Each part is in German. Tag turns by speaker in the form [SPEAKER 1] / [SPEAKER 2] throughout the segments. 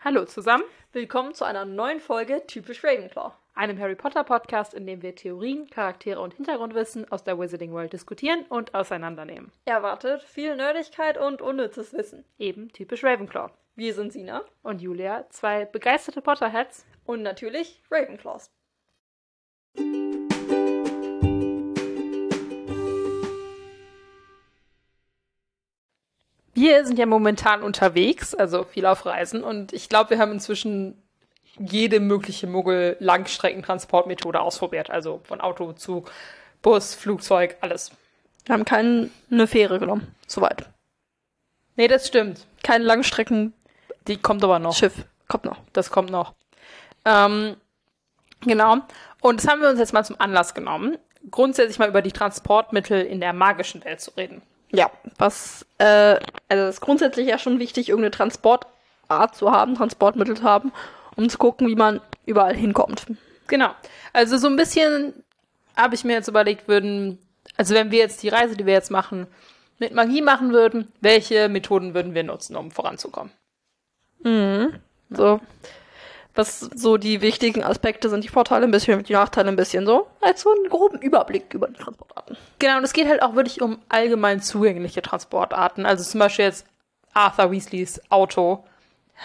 [SPEAKER 1] Hallo zusammen,
[SPEAKER 2] Willkommen zu einer neuen Folge Typisch Ravenclaw.
[SPEAKER 1] einem Harry Potter Podcast, in dem wir Theorien, Charaktere und Hintergrundwissen aus der Wizarding World diskutieren und auseinandernehmen.
[SPEAKER 2] Erwartet viel Nerdigkeit und unnützes Wissen.
[SPEAKER 1] Eben typisch Ravenclaw.
[SPEAKER 2] Wir sind Sina
[SPEAKER 1] Und Julia, zwei begeisterte Potterheads.
[SPEAKER 2] und natürlich Ravenclaws.
[SPEAKER 1] Wir sind ja momentan unterwegs, also viel auf Reisen und ich glaube, wir haben inzwischen jede mögliche Muggel-Langstreckentransportmethode ausprobiert. Also von Auto zu Bus, Flugzeug, alles.
[SPEAKER 2] Wir haben keine ne Fähre genommen, soweit.
[SPEAKER 1] Nee, das stimmt.
[SPEAKER 2] Kein Langstreckenschiff,
[SPEAKER 1] Die kommt aber noch.
[SPEAKER 2] kommt noch.
[SPEAKER 1] Das kommt noch. Ähm, genau. Und das haben wir uns jetzt mal zum Anlass genommen, grundsätzlich mal über die Transportmittel in der magischen Welt zu reden.
[SPEAKER 2] Ja, was, äh, also es ist grundsätzlich ja schon wichtig, irgendeine Transportart zu haben, Transportmittel zu haben, um zu gucken, wie man überall hinkommt.
[SPEAKER 1] Genau. Also so ein bisschen habe ich mir jetzt überlegt, würden, also wenn wir jetzt die Reise, die wir jetzt machen, mit Magie machen würden, welche Methoden würden wir nutzen, um voranzukommen?
[SPEAKER 2] So, was so die wichtigen Aspekte sind, die Vorteile ein bisschen, die Nachteile ein bisschen so, als so einen groben Überblick über die Transportarten.
[SPEAKER 1] Genau, und es geht halt auch wirklich um allgemein zugängliche Transportarten. Also zum Beispiel jetzt Arthur Weasleys Auto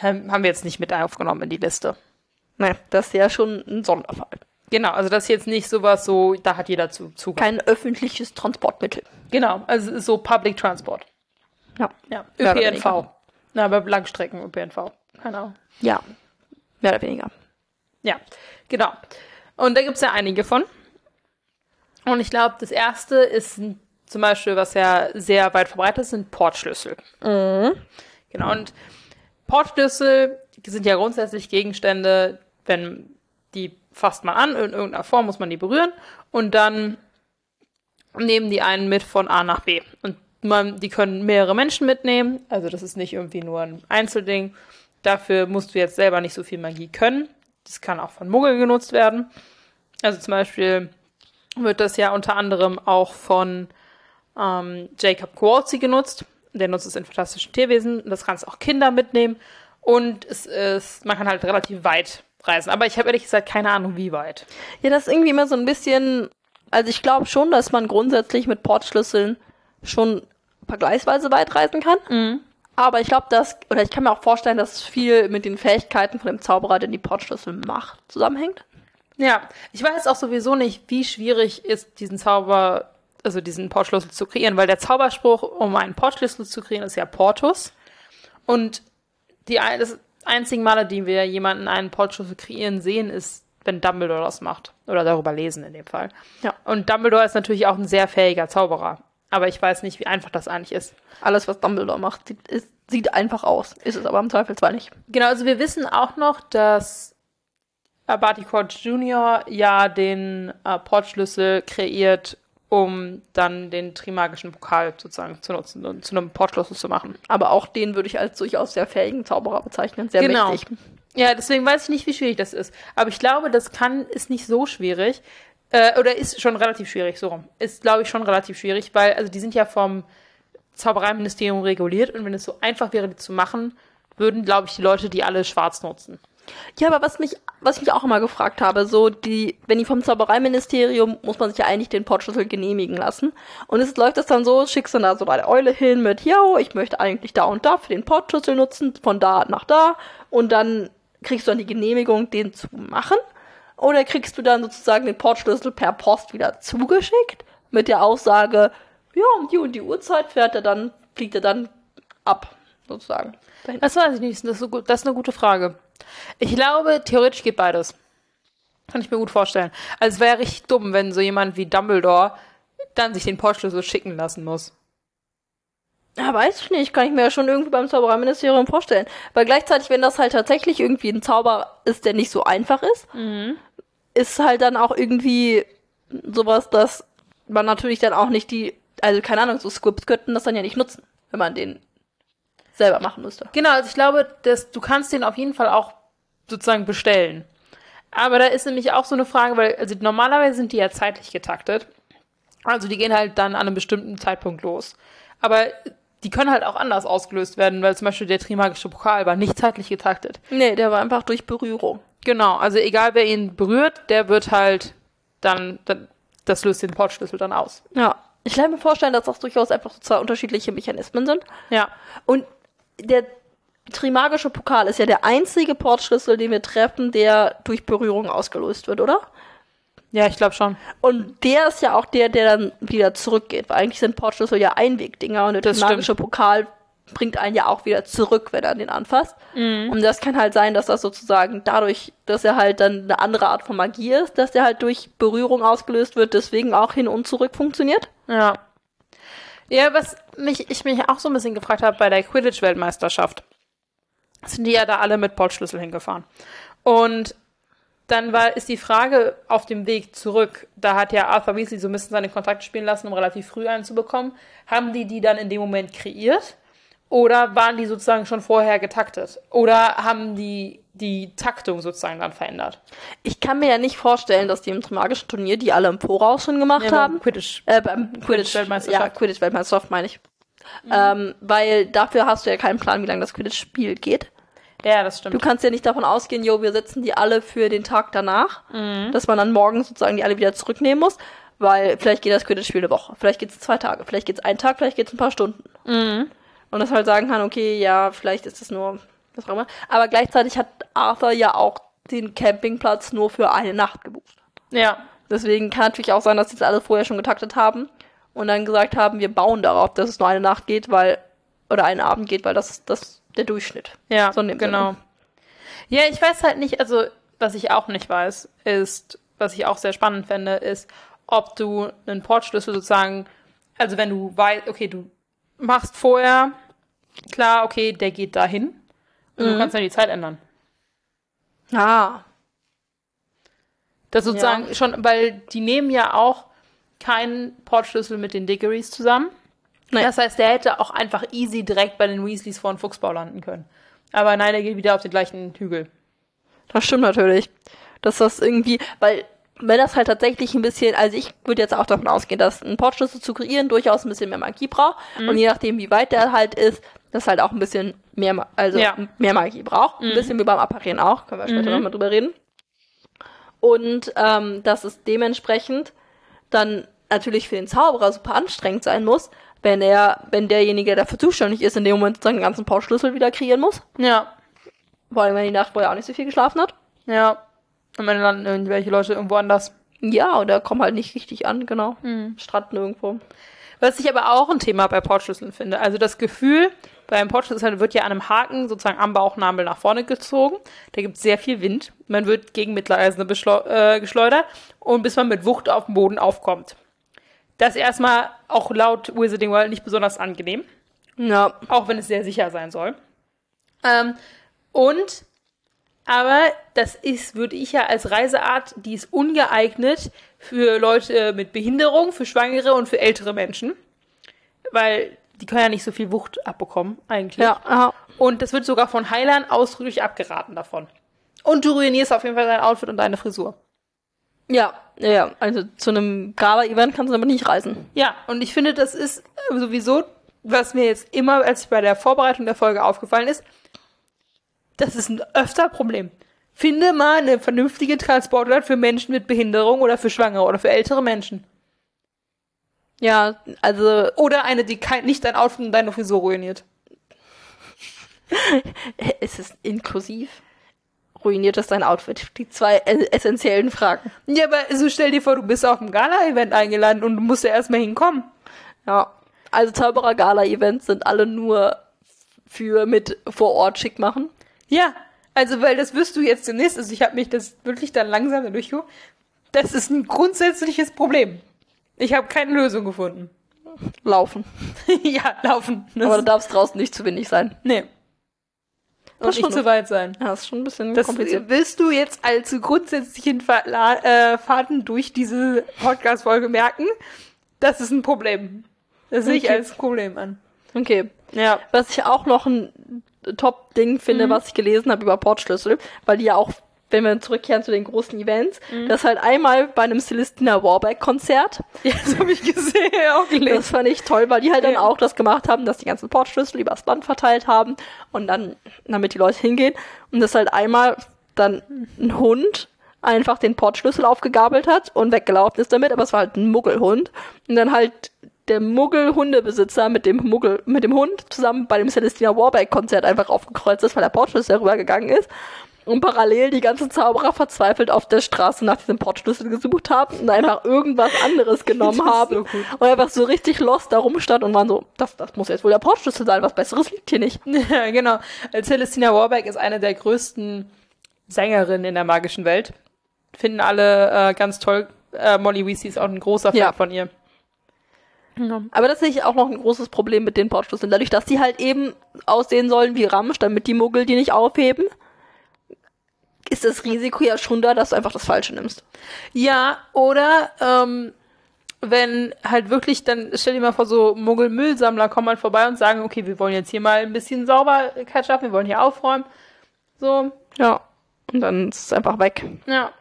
[SPEAKER 1] ähm, haben wir jetzt nicht mit aufgenommen in die Liste.
[SPEAKER 2] Ne, das ist ja schon ein Sonderfall.
[SPEAKER 1] Genau, also das ist jetzt nicht sowas so, da hat jeder zu, Zugang.
[SPEAKER 2] Kein öffentliches Transportmittel.
[SPEAKER 1] genau, also es ist so Public Transport.
[SPEAKER 2] Ja.
[SPEAKER 1] Ja,
[SPEAKER 2] Mehr oder
[SPEAKER 1] ÖPNV.
[SPEAKER 2] weniger.
[SPEAKER 1] Na, aber Langstrecken ÖPNV. Genau.
[SPEAKER 2] Ja. Mehr oder weniger.
[SPEAKER 1] Ja, genau. Und da gibt's ja einige von. Und ich glaube, das erste ist n- zum Beispiel, was ja sehr weit verbreitet ist, sind Portschlüssel. Genau, und Portschlüssel sind ja grundsätzlich Gegenstände, wenn die fasst man an, in irgendeiner Form muss man die berühren und dann nehmen die einen mit von A nach B. Und man, die können mehrere Menschen mitnehmen, also das ist nicht irgendwie nur ein Einzelding. Dafür musst du jetzt selber nicht so viel Magie können. Das kann auch von Muggel genutzt werden. Also zum Beispiel wird das ja unter anderem auch von ähm, Jacob Kowalski genutzt. Der nutzt es in Fantastischen Tierwesen. Das kannst auch Kinder mitnehmen. Und es ist, man kann halt relativ weit reisen. Aber ich habe ehrlich gesagt keine Ahnung, wie weit.
[SPEAKER 2] Ja, das ist irgendwie immer so ein bisschen. Also ich glaube schon, dass man grundsätzlich mit Portschlüsseln schon vergleichsweise weit reisen kann. Aber ich glaube, dass, oder ich kann mir auch vorstellen, dass es viel mit den Fähigkeiten von dem Zauberer, den die Portschlüssel macht, zusammenhängt.
[SPEAKER 1] Ja, ich weiß auch sowieso nicht, wie schwierig ist, diesen Zauber, also diesen Portschlüssel zu kreieren, weil der Zauberspruch, um einen Portschlüssel zu kreieren, ist ja Portus. Und die ein- das einzigen Male, die wir jemanden einen Portschlüssel kreieren sehen, ist, wenn Dumbledore das macht. Oder darüber lesen in dem Fall.
[SPEAKER 2] Ja.
[SPEAKER 1] Und Dumbledore ist natürlich auch ein sehr fähiger Zauberer. Aber ich weiß nicht, wie einfach das eigentlich ist.
[SPEAKER 2] Alles, was Dumbledore macht, sieht, ist, sieht einfach aus. Ist es aber im Zweifelsfall nicht.
[SPEAKER 1] Genau, also wir wissen auch noch, dass äh, Abati Crouch Jr. ja den äh, Portschlüssel kreiert, um dann den trimagischen Pokal sozusagen zu nutzen und zu einem Portschlüssel zu machen.
[SPEAKER 2] Aber auch den würde ich als durchaus sehr fähigen Zauberer bezeichnen. Sehr
[SPEAKER 1] Genau.
[SPEAKER 2] mächtig.
[SPEAKER 1] Ja, deswegen weiß ich nicht, wie schwierig das ist. Aber ich glaube, das kann, ist nicht so schwierig. Äh, oder ist schon relativ schwierig, so rum. Ist, glaube ich, schon relativ schwierig, weil, also die sind ja vom Zaubereiministerium reguliert und wenn es so einfach wäre, die zu machen, würden, glaube ich, die Leute die alle schwarz nutzen.
[SPEAKER 2] Ja, aber was mich, was ich mich auch immer gefragt habe, so die, wenn die vom Zaubereiministerium, muss man sich ja eigentlich den Portschlüssel genehmigen lassen. Und es läuft das dann so, schickst du da so eine Eule hin mit, yo, ich möchte eigentlich da und da für den Portschlüssel nutzen, von da nach da. Und dann kriegst du dann die Genehmigung, den zu machen. Oder kriegst du dann sozusagen den Portschlüssel per Post wieder zugeschickt mit der Aussage, ja, um die und die Uhrzeit fährt er dann, fliegt er dann ab, sozusagen. Dahin.
[SPEAKER 1] Das weiß ich nicht. Das ist, so gut. das ist eine gute Frage. Ich glaube, theoretisch geht beides. Kann ich mir gut vorstellen. Also es wäre richtig dumm, wenn so jemand wie Dumbledore dann sich den Portschlüssel schicken lassen muss.
[SPEAKER 2] Ja, weiß ich nicht. Kann ich mir ja schon irgendwie beim Zaubererministerium vorstellen. Weil gleichzeitig, wenn das halt tatsächlich irgendwie ein Zauber ist, der nicht so einfach ist, ist halt dann auch irgendwie sowas, dass man natürlich dann auch nicht die, also keine Ahnung, so Squibs könnten das dann ja nicht nutzen, wenn man den selber machen müsste.
[SPEAKER 1] Genau, also ich glaube, dass du kannst den auf jeden Fall auch sozusagen bestellen. Aber da ist nämlich auch so eine Frage, weil also normalerweise sind die ja zeitlich getaktet. Also die gehen halt dann an einem bestimmten Zeitpunkt los. Aber die können halt auch anders ausgelöst werden, weil zum Beispiel der Trimagische Pokal war nicht zeitlich getaktet.
[SPEAKER 2] Nee, der war einfach durch Berührung.
[SPEAKER 1] Genau, also egal wer ihn berührt, der wird halt dann, dann das löst den Portschlüssel dann aus.
[SPEAKER 2] Ja. Ich kann mir vorstellen, dass das durchaus einfach so zwei unterschiedliche Mechanismen sind.
[SPEAKER 1] Ja.
[SPEAKER 2] Und der Trimagische Pokal ist ja der einzige Portschlüssel, den wir treffen, der durch Berührung ausgelöst wird, oder?
[SPEAKER 1] Ja, ich glaube schon.
[SPEAKER 2] Und der ist ja auch der, der dann wieder zurückgeht, weil eigentlich sind Portschlüssel ja Einwegdinger und der
[SPEAKER 1] Das
[SPEAKER 2] Trimagische Pokal bringt einen ja auch wieder zurück, wenn er den anfasst. Und das kann halt sein, dass das sozusagen dadurch, dass er halt dann eine andere Art von Magie ist, dass der halt durch Berührung ausgelöst wird, deswegen auch hin und zurück funktioniert.
[SPEAKER 1] Ja. Ja, was mich, ich mich auch so ein bisschen gefragt habe bei der Quidditch-Weltmeisterschaft, sind die ja da alle mit Portschlüssel hingefahren. Und dann war, ist die Frage auf dem Weg zurück, da hat ja Arthur Weasley so ein bisschen seine Kontakte spielen lassen, um relativ früh einen zu bekommen. Haben die die dann in dem Moment kreiert? Oder waren die sozusagen schon vorher getaktet? Oder haben die die Taktung sozusagen dann verändert?
[SPEAKER 2] Ich kann mir ja nicht vorstellen, dass die im magischen Turnier die alle im Voraus schon gemacht haben.
[SPEAKER 1] Quidditch.
[SPEAKER 2] Äh, beim Quidditch,
[SPEAKER 1] Quidditch-Weltmeisterschaft.
[SPEAKER 2] ja, Quidditch-Weltmeisterschaft meine ich. Ähm, weil dafür hast du ja keinen Plan, wie lange das Quidditch-Spiel geht.
[SPEAKER 1] Ja, das stimmt.
[SPEAKER 2] Du kannst ja nicht davon ausgehen, jo, wir setzen die alle für den Tag danach, dass man dann morgen sozusagen die alle wieder zurücknehmen muss, weil vielleicht geht das Quidditch-Spiel eine Woche, vielleicht geht's zwei Tage, vielleicht geht's einen Tag, vielleicht geht's ein paar Stunden. Und dass man halt sagen kann, okay, ja, vielleicht ist es nur, was auch immer. Aber gleichzeitig hat Arthur ja auch den Campingplatz nur für eine Nacht gebucht.
[SPEAKER 1] ja.
[SPEAKER 2] Deswegen kann natürlich auch sein, dass die das alle vorher schon getaktet haben und dann gesagt haben, wir bauen darauf, dass es nur eine Nacht geht, weil, oder einen Abend geht, weil das ist das der Durchschnitt.
[SPEAKER 1] Ja,
[SPEAKER 2] So in dem
[SPEAKER 1] genau.
[SPEAKER 2] Sinne.
[SPEAKER 1] Ja, ich weiß halt nicht, also was ich auch nicht weiß, ist, was ich auch sehr spannend fände, ist, ob du einen Portschlüssel sozusagen, also wenn du weißt, okay, du machst vorher, klar, okay, der geht dahin, und du kannst dann die Zeit ändern.
[SPEAKER 2] Ah,
[SPEAKER 1] Das sozusagen schon, weil die nehmen ja auch keinen Portschlüssel mit den Diggories zusammen.
[SPEAKER 2] Nein.
[SPEAKER 1] Das heißt, der hätte auch einfach easy direkt bei den Weasleys vor den Fuchsbau landen können. Aber nein, er geht wieder auf den gleichen Hügel.
[SPEAKER 2] Das stimmt natürlich. Dass das irgendwie, weil, wenn das halt tatsächlich ein bisschen, also ich würde jetzt auch davon ausgehen, dass ein Portschlüssel zu kreieren durchaus ein bisschen mehr Magie braucht. Und je nachdem, wie weit der halt ist, das halt auch ein bisschen mehr, Ma- also
[SPEAKER 1] Ja.
[SPEAKER 2] mehr Magie braucht. Ein bisschen wie beim Apparieren auch, können wir später nochmal drüber reden. Und ähm, dass es dementsprechend dann natürlich für den Zauberer super anstrengend sein muss, wenn er, wenn derjenige, der dafür zuständig ist, in dem Moment seinen ganzen Portschlüssel wieder kreieren muss.
[SPEAKER 1] Ja,
[SPEAKER 2] Vor allem, wenn die Nacht vorher auch nicht so viel geschlafen hat.
[SPEAKER 1] Ja. Und wenn dann irgendwelche Leute irgendwo anders.
[SPEAKER 2] Ja, oder kommen halt nicht richtig an, genau. Stranden irgendwo.
[SPEAKER 1] Was ich aber auch ein Thema bei Portschlüsseln finde. Also das Gefühl, beim Portschlüssel wird ja an einem Haken sozusagen am Bauchnabel nach vorne gezogen. Da gibt es sehr viel Wind. Man wird gegen Mitteleisene beschleu- äh, geschleudert und bis man mit Wucht auf dem Boden aufkommt. Das ist erstmal auch laut Wizarding World nicht besonders angenehm.
[SPEAKER 2] Ja.
[SPEAKER 1] auch wenn es sehr sicher sein soll. Ähm, und, aber das ist, würde ich ja als Reiseart, die ist ungeeignet für Leute mit Behinderung, für Schwangere und für ältere Menschen, weil die können ja nicht so viel Wucht abbekommen eigentlich.
[SPEAKER 2] Ja, aha.
[SPEAKER 1] Und das wird sogar von Heilern ausdrücklich abgeraten davon. Und du ruinierst auf jeden Fall dein Outfit und deine Frisur.
[SPEAKER 2] ja, ja, ja. Also zu einem Gala-Event kannst du aber nicht reisen.
[SPEAKER 1] Ja, und ich finde, das ist ähm, sowieso, was mir jetzt immer, als ich bei der Vorbereitung der Folge aufgefallen ist, das ist ein öfter Problem. Finde mal eine vernünftige Transportart für Menschen mit Behinderung oder für Schwangere oder für ältere Menschen.
[SPEAKER 2] Ja, also
[SPEAKER 1] Oder eine, die kein, nicht dein Outfit und deine Frisur ruiniert.
[SPEAKER 2] äh, ist es inklusiv? Ruiniert das dein Outfit? Die zwei e- essentiellen Fragen.
[SPEAKER 1] Ja, aber so stell dir vor, du bist auf einem Gala-Event eingeladen und du musst ja erstmal hinkommen.
[SPEAKER 2] Ja. Also Zauberer-Gala-Events sind alle nur für mit vor Ort schick machen.
[SPEAKER 1] Ja, also weil das wirst du jetzt demnächst, also ich habe mich das wirklich dann langsam da durchgeholt. Das ist ein grundsätzliches Problem. Ich habe keine Lösung gefunden.
[SPEAKER 2] Laufen.
[SPEAKER 1] ja, laufen. Das,
[SPEAKER 2] Aber du darfst draußen nicht zu windig sein.
[SPEAKER 1] nee.
[SPEAKER 2] Das
[SPEAKER 1] Und
[SPEAKER 2] schon
[SPEAKER 1] nicht zu weit sein.
[SPEAKER 2] Ja, ist schon ein bisschen
[SPEAKER 1] Das
[SPEAKER 2] kompliziert.
[SPEAKER 1] wirst du jetzt als grundsätzlichen Verla äh, Faden durch diese Podcast-Folge merken. Das ist ein Problem. Das sehe ich
[SPEAKER 2] Okay.
[SPEAKER 1] als Problem an.
[SPEAKER 2] Okay.
[SPEAKER 1] Ja.
[SPEAKER 2] Was ich auch noch ein Top-Ding finde, was ich gelesen habe über Portschlüssel, weil die ja auch wenn wir zurückkehren zu den großen Events, dass halt einmal bei einem Celestina Warbeck-Konzert,
[SPEAKER 1] Ja, das habe ich gesehen, auch
[SPEAKER 2] das
[SPEAKER 1] gelesen.
[SPEAKER 2] fand ich toll, weil die halt dann
[SPEAKER 1] Ja.
[SPEAKER 2] auch das gemacht haben, dass die ganzen Portschlüssel übers Land verteilt haben und dann, damit die Leute hingehen und dass halt einmal dann ein Hund einfach den Portschlüssel aufgegabelt hat und weggelaufen ist damit, aber es war halt ein Muggelhund und dann halt der Muggel-Hundebesitzer mit dem Muggel, mit dem Hund zusammen bei dem Celestina Warbeck-Konzert einfach aufgekreuzt ist, weil der Portschlüssel rübergegangen ist. Und parallel die ganzen Zauberer verzweifelt auf der Straße nach diesem Portschlüssel gesucht haben und einfach irgendwas anderes genommen
[SPEAKER 1] Das ist
[SPEAKER 2] haben.
[SPEAKER 1] so gut.
[SPEAKER 2] und einfach so richtig lost da rumstand und waren so, das, das muss jetzt wohl der Portschlüssel sein, was Besseres liegt hier nicht.
[SPEAKER 1] Ja, genau. Celestina Warbeck ist eine der größten Sängerinnen in der magischen Welt. Finden alle äh, ganz toll. Äh, Molly Weasley ist auch ein großer Fan
[SPEAKER 2] Ja.
[SPEAKER 1] von ihr.
[SPEAKER 2] Aber das ist ich auch noch ein großes Problem mit den Portschlüsseln. Dadurch, dass die halt eben aussehen sollen wie Ramsch, damit die Muggel die nicht aufheben, ist das Risiko ja schon da, dass du einfach das Falsche nimmst.
[SPEAKER 1] Ja, oder ähm, wenn halt wirklich, dann stell dir mal vor, so Muggel-Müllsammler kommen halt vorbei und sagen, okay, wir wollen jetzt hier mal ein bisschen Sauberkeit schaffen, wir wollen hier aufräumen. So,
[SPEAKER 2] Ja. Und dann ist es einfach weg.
[SPEAKER 1] ja.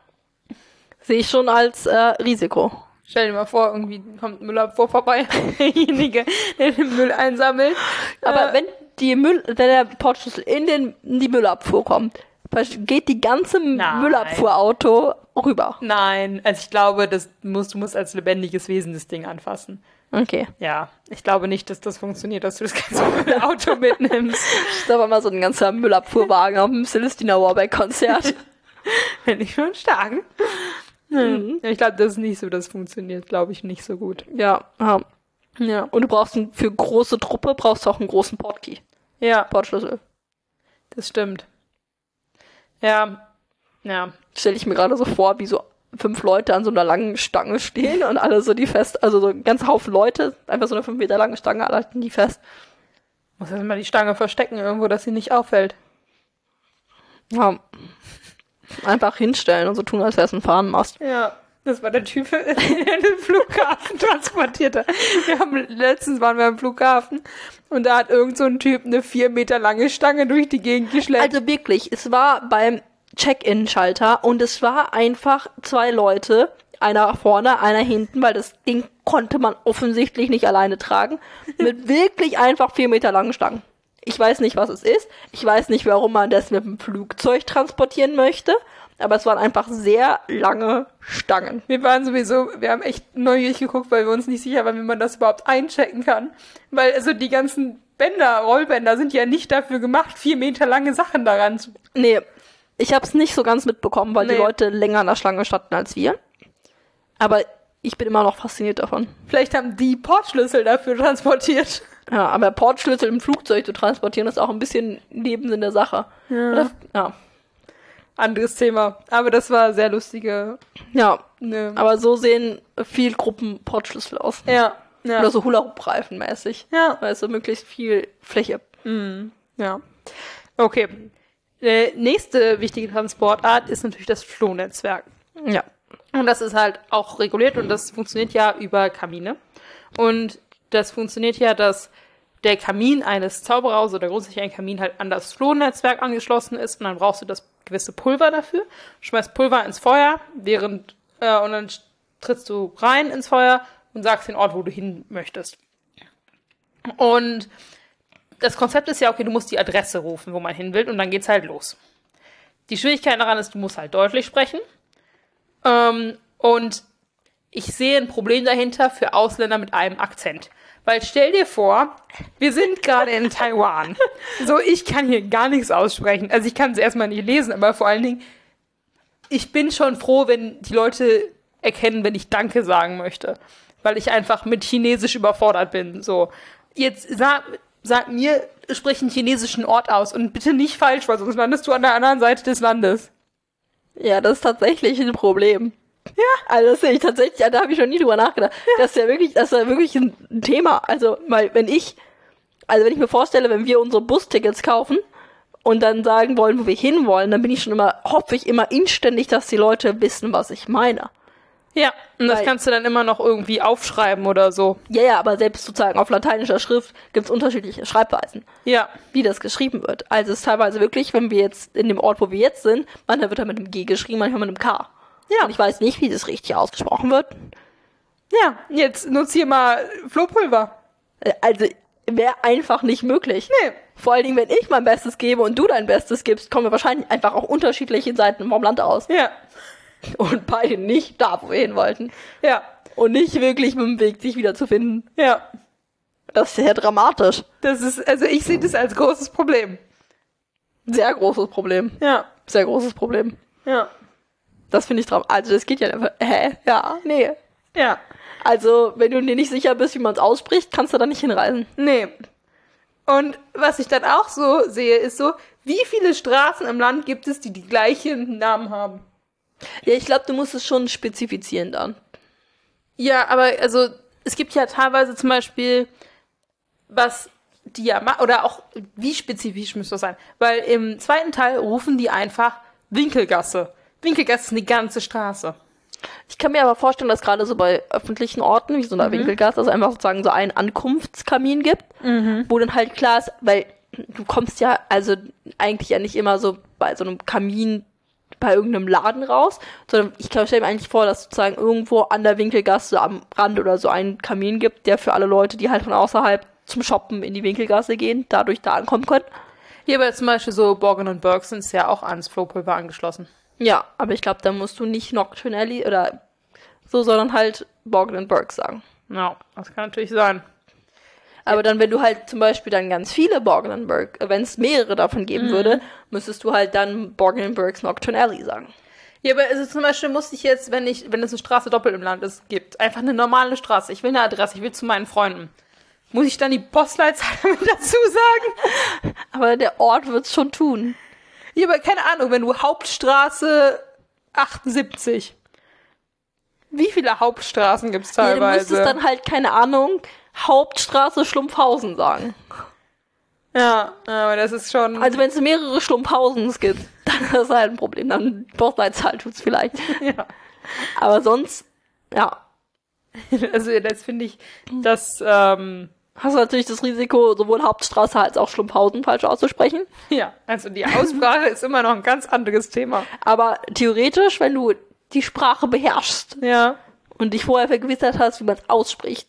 [SPEAKER 2] Sehe ich schon als äh, Risiko.
[SPEAKER 1] Stell dir mal vor, irgendwie kommt ein Müllabfuhr vorbei, derjenige, der den Müll einsammelt.
[SPEAKER 2] Aber
[SPEAKER 1] Äh,
[SPEAKER 2] wenn die Müll, wenn der Portschlüssel in den in die Müllabfuhr kommt, versch- geht die ganze
[SPEAKER 1] Nein.
[SPEAKER 2] Müllabfuhrauto rüber.
[SPEAKER 1] Nein, also ich glaube, das musst, du musst als lebendiges Wesen das Ding anfassen.
[SPEAKER 2] Okay.
[SPEAKER 1] Ja, ich glaube nicht, dass das funktioniert, dass du das ganze Auto mitnimmst.
[SPEAKER 2] Das ist aber mal so ein ganzer Müllabfuhrwagen auf dem Celestina Warbeck Konzert.
[SPEAKER 1] Finde ich schon stark. Hm. Ich glaube, das ist nicht so, das funktioniert, glaube ich, nicht so gut.
[SPEAKER 2] ja, ja.
[SPEAKER 1] Ja.
[SPEAKER 2] Und du brauchst einen- für große Truppe brauchst du auch einen großen Portkey,
[SPEAKER 1] Ja,
[SPEAKER 2] Portschlüssel.
[SPEAKER 1] das stimmt. Ja. Ja.
[SPEAKER 2] Stelle ich mir gerade so vor, wie so fünf Leute an so einer langen Stange stehen und alle so die fest, also so ein ganzer Haufen Leute, einfach so eine fünf Meter lange Stange, alle halten die fest.
[SPEAKER 1] Muss erst mal die Stange verstecken irgendwo, dass sie nicht auffällt.
[SPEAKER 2] Ja. Einfach hinstellen und so tun, als wäre es ein Fahnenmast.
[SPEAKER 1] Ja, das war der Typ, der den Flughafen transportierte. Wir haben, letztens waren wir am Flughafen und da hat irgend so ein Typ eine vier Meter lange Stange durch die Gegend geschleppt.
[SPEAKER 2] Also wirklich, es war beim Check-in-Schalter und es war einfach zwei Leute, einer vorne, einer hinten, weil das Ding konnte man offensichtlich nicht alleine tragen, mit wirklich einfach vier Meter langen Stangen. Ich weiß nicht, was es ist. Ich weiß nicht, warum man das mit dem Flugzeug transportieren möchte. Aber es waren einfach sehr lange Stangen.
[SPEAKER 1] wir waren sowieso, wir haben echt neugierig geguckt, weil wir uns nicht sicher waren, wie man das überhaupt einchecken kann. Weil also die ganzen Bänder, Rollbänder sind ja nicht dafür gemacht, vier Meter lange Sachen daran zu.
[SPEAKER 2] Nee, ich habe es nicht so ganz mitbekommen, weil die
[SPEAKER 1] Nee.
[SPEAKER 2] Leute länger in der Schlange standen als wir. Aber ich bin immer noch fasziniert davon.
[SPEAKER 1] Vielleicht haben die Portschlüssel dafür transportiert.
[SPEAKER 2] Ja, aber Portschlüssel im Flugzeug zu transportieren, ist auch ein bisschen Nebensinn der Sache. Ja. Oder, ja.
[SPEAKER 1] Anderes Thema. Aber das war sehr lustige.
[SPEAKER 2] ja.
[SPEAKER 1] Ne.
[SPEAKER 2] Aber so sehen viel Gruppen Portschlüssel aus.
[SPEAKER 1] Ja. Ja.
[SPEAKER 2] Oder so Hula-Hoop-Reifen mäßig.
[SPEAKER 1] ja.
[SPEAKER 2] Weißt du, möglichst viel Fläche.
[SPEAKER 1] Ja. Okay. Äh, nächste wichtige Transportart ist natürlich das Flohnetzwerk.
[SPEAKER 2] Ja.
[SPEAKER 1] Und das ist halt auch reguliert und das funktioniert ja über Kamine. Und das funktioniert ja, dass der Kamin eines Zauberers oder grundsätzlich ein Kamin halt an das Flohnetzwerk angeschlossen ist und dann brauchst du das gewisse Pulver dafür, schmeißt Pulver ins Feuer, während äh, und dann trittst du rein ins Feuer und sagst den Ort, wo du hin möchtest. Und das Konzept ist ja, okay, du musst die Adresse rufen, wo man hin will, und dann geht's halt los. Die Schwierigkeit daran ist, du musst halt deutlich sprechen. Ähm, und ich sehe ein Problem dahinter für Ausländer mit einem Akzent. Weil stell dir vor, wir sind gerade in Taiwan. So, ich kann hier gar nichts aussprechen. Also ich kann es erstmal nicht lesen, aber vor allen Dingen, ich bin schon froh, wenn die Leute erkennen, wenn ich Danke sagen möchte. Weil ich einfach mit Chinesisch überfordert bin. So, jetzt sag, sag mir, sprich einen chinesischen Ort aus und bitte nicht falsch, weil sonst landest du an der anderen Seite des Landes.
[SPEAKER 2] Ja, das ist tatsächlich ein Problem. Ja. Also das sehe ich tatsächlich, da habe ich schon nie drüber nachgedacht. Das ist ja wirklich, das ist ja wirklich ein Thema. Also, weil wenn ich, also wenn ich mir vorstelle, wenn wir unsere Bustickets kaufen und dann sagen wollen, wo wir hinwollen, dann bin ich schon immer, hoffe ich immer inständig, dass die Leute wissen, was ich meine.
[SPEAKER 1] Ja, und das
[SPEAKER 2] Weil-
[SPEAKER 1] kannst du dann immer noch irgendwie aufschreiben oder so.
[SPEAKER 2] Ja, ja, aber selbst sozusagen auf lateinischer Schrift gibt's unterschiedliche Schreibweisen,
[SPEAKER 1] Ja,
[SPEAKER 2] wie das geschrieben wird. Also es ist teilweise wirklich, wenn wir jetzt in dem Ort, wo wir jetzt sind, manchmal wird er mit einem G geschrieben, manchmal mit einem K.
[SPEAKER 1] Ja.
[SPEAKER 2] Und ich weiß nicht, wie das richtig ausgesprochen wird.
[SPEAKER 1] ja. Jetzt nutz hier mal Flohpulver.
[SPEAKER 2] Äh, Also wäre einfach nicht möglich.
[SPEAKER 1] Nee.
[SPEAKER 2] Vor allen Dingen, wenn ich mein Bestes gebe und du dein Bestes gibst, kommen wir wahrscheinlich einfach auch unterschiedliche Seiten vom Land aus.
[SPEAKER 1] Ja,
[SPEAKER 2] Und beide nicht da, wo wir hin wollten.
[SPEAKER 1] ja,
[SPEAKER 2] Und nicht wirklich mit dem Weg, sich wiederzufinden.
[SPEAKER 1] ja.
[SPEAKER 2] Das ist sehr dramatisch.
[SPEAKER 1] Das ist, also ich sehe das als großes Problem.
[SPEAKER 2] Sehr großes Problem.
[SPEAKER 1] Ja,
[SPEAKER 2] Sehr großes Problem.
[SPEAKER 1] ja,
[SPEAKER 2] Das finde ich dramatisch. Also das geht ja einfach. Hä? Ja, nee.
[SPEAKER 1] ja.
[SPEAKER 2] Also, wenn du dir nicht sicher bist, wie man es ausspricht, kannst du da nicht hinreisen.
[SPEAKER 1] Nee. Und was ich dann auch so sehe, ist so, wie viele Straßen im Land gibt es, die die gleichen Namen haben?
[SPEAKER 2] Ja, ich glaube, du musst es schon spezifizieren dann.
[SPEAKER 1] Ja, aber also es gibt ja teilweise zum Beispiel, was die ja ma- oder auch wie spezifisch müsste das sein? Weil im zweiten Teil rufen die einfach Winkelgasse. Winkelgasse ist eine ganze Straße.
[SPEAKER 2] Ich kann mir aber vorstellen, dass gerade so bei öffentlichen Orten, wie so einer Winkelgasse, es einfach sozusagen so einen Ankunftskamin gibt, wo dann halt klar ist, weil du kommst ja also eigentlich ja nicht immer so bei so einem Kamin bei irgendeinem Laden raus, sondern ich kann stelle mir eigentlich vor, dass sozusagen irgendwo an der Winkelgasse am Rand oder so einen Kamin gibt, der für alle Leute, die halt von außerhalb zum Shoppen in die Winkelgasse gehen, dadurch da ankommen können.
[SPEAKER 1] Hier aber zum Beispiel so Borgen und Berg sind ja auch ans Flohpulver angeschlossen.
[SPEAKER 2] Ja, aber ich glaube, da musst du nicht Nocturne Alley oder so, sondern halt Borgen and Burke sagen.
[SPEAKER 1] Ja, das kann natürlich sein.
[SPEAKER 2] Aber dann, wenn du halt zum Beispiel dann ganz viele Borgenenberg, wenn es mehrere davon geben würde, müsstest du halt dann Borgenenbergs Nocturne Alley sagen.
[SPEAKER 1] Ja, aber also zum Beispiel musste ich jetzt, wenn ich, wenn es eine Straße doppelt im Land ist, gibt, einfach eine normale Straße. Ich will eine Adresse, ich will zu meinen Freunden. Muss ich dann die Postleitzahl mit dazu sagen?
[SPEAKER 2] Aber der Ort wird's schon tun.
[SPEAKER 1] Ja, aber keine Ahnung, wenn du Hauptstraße 78. Wie viele Hauptstraßen gibt's
[SPEAKER 2] Ja, du müsstest
[SPEAKER 1] teilweise?
[SPEAKER 2] dann halt, keine Ahnung, Hauptstraße Schlumpfhausen sagen.
[SPEAKER 1] ja, aber das ist schon.
[SPEAKER 2] Also wenn es mehrere Schlumpfhausens gibt, dann ist das halt ein Problem. Dann Postleitzahl tut's vielleicht.
[SPEAKER 1] ja.
[SPEAKER 2] Aber sonst, ja,
[SPEAKER 1] also das finde ich, das, ähm,
[SPEAKER 2] hast du natürlich das Risiko, sowohl Hauptstraße als auch Schlumpfhausen falsch auszusprechen.
[SPEAKER 1] ja, also die Aussprache ist immer noch ein ganz anderes Thema.
[SPEAKER 2] Aber theoretisch, wenn du die Sprache beherrschst,
[SPEAKER 1] Ja.
[SPEAKER 2] und dich vorher vergewissert hast, wie man es ausspricht,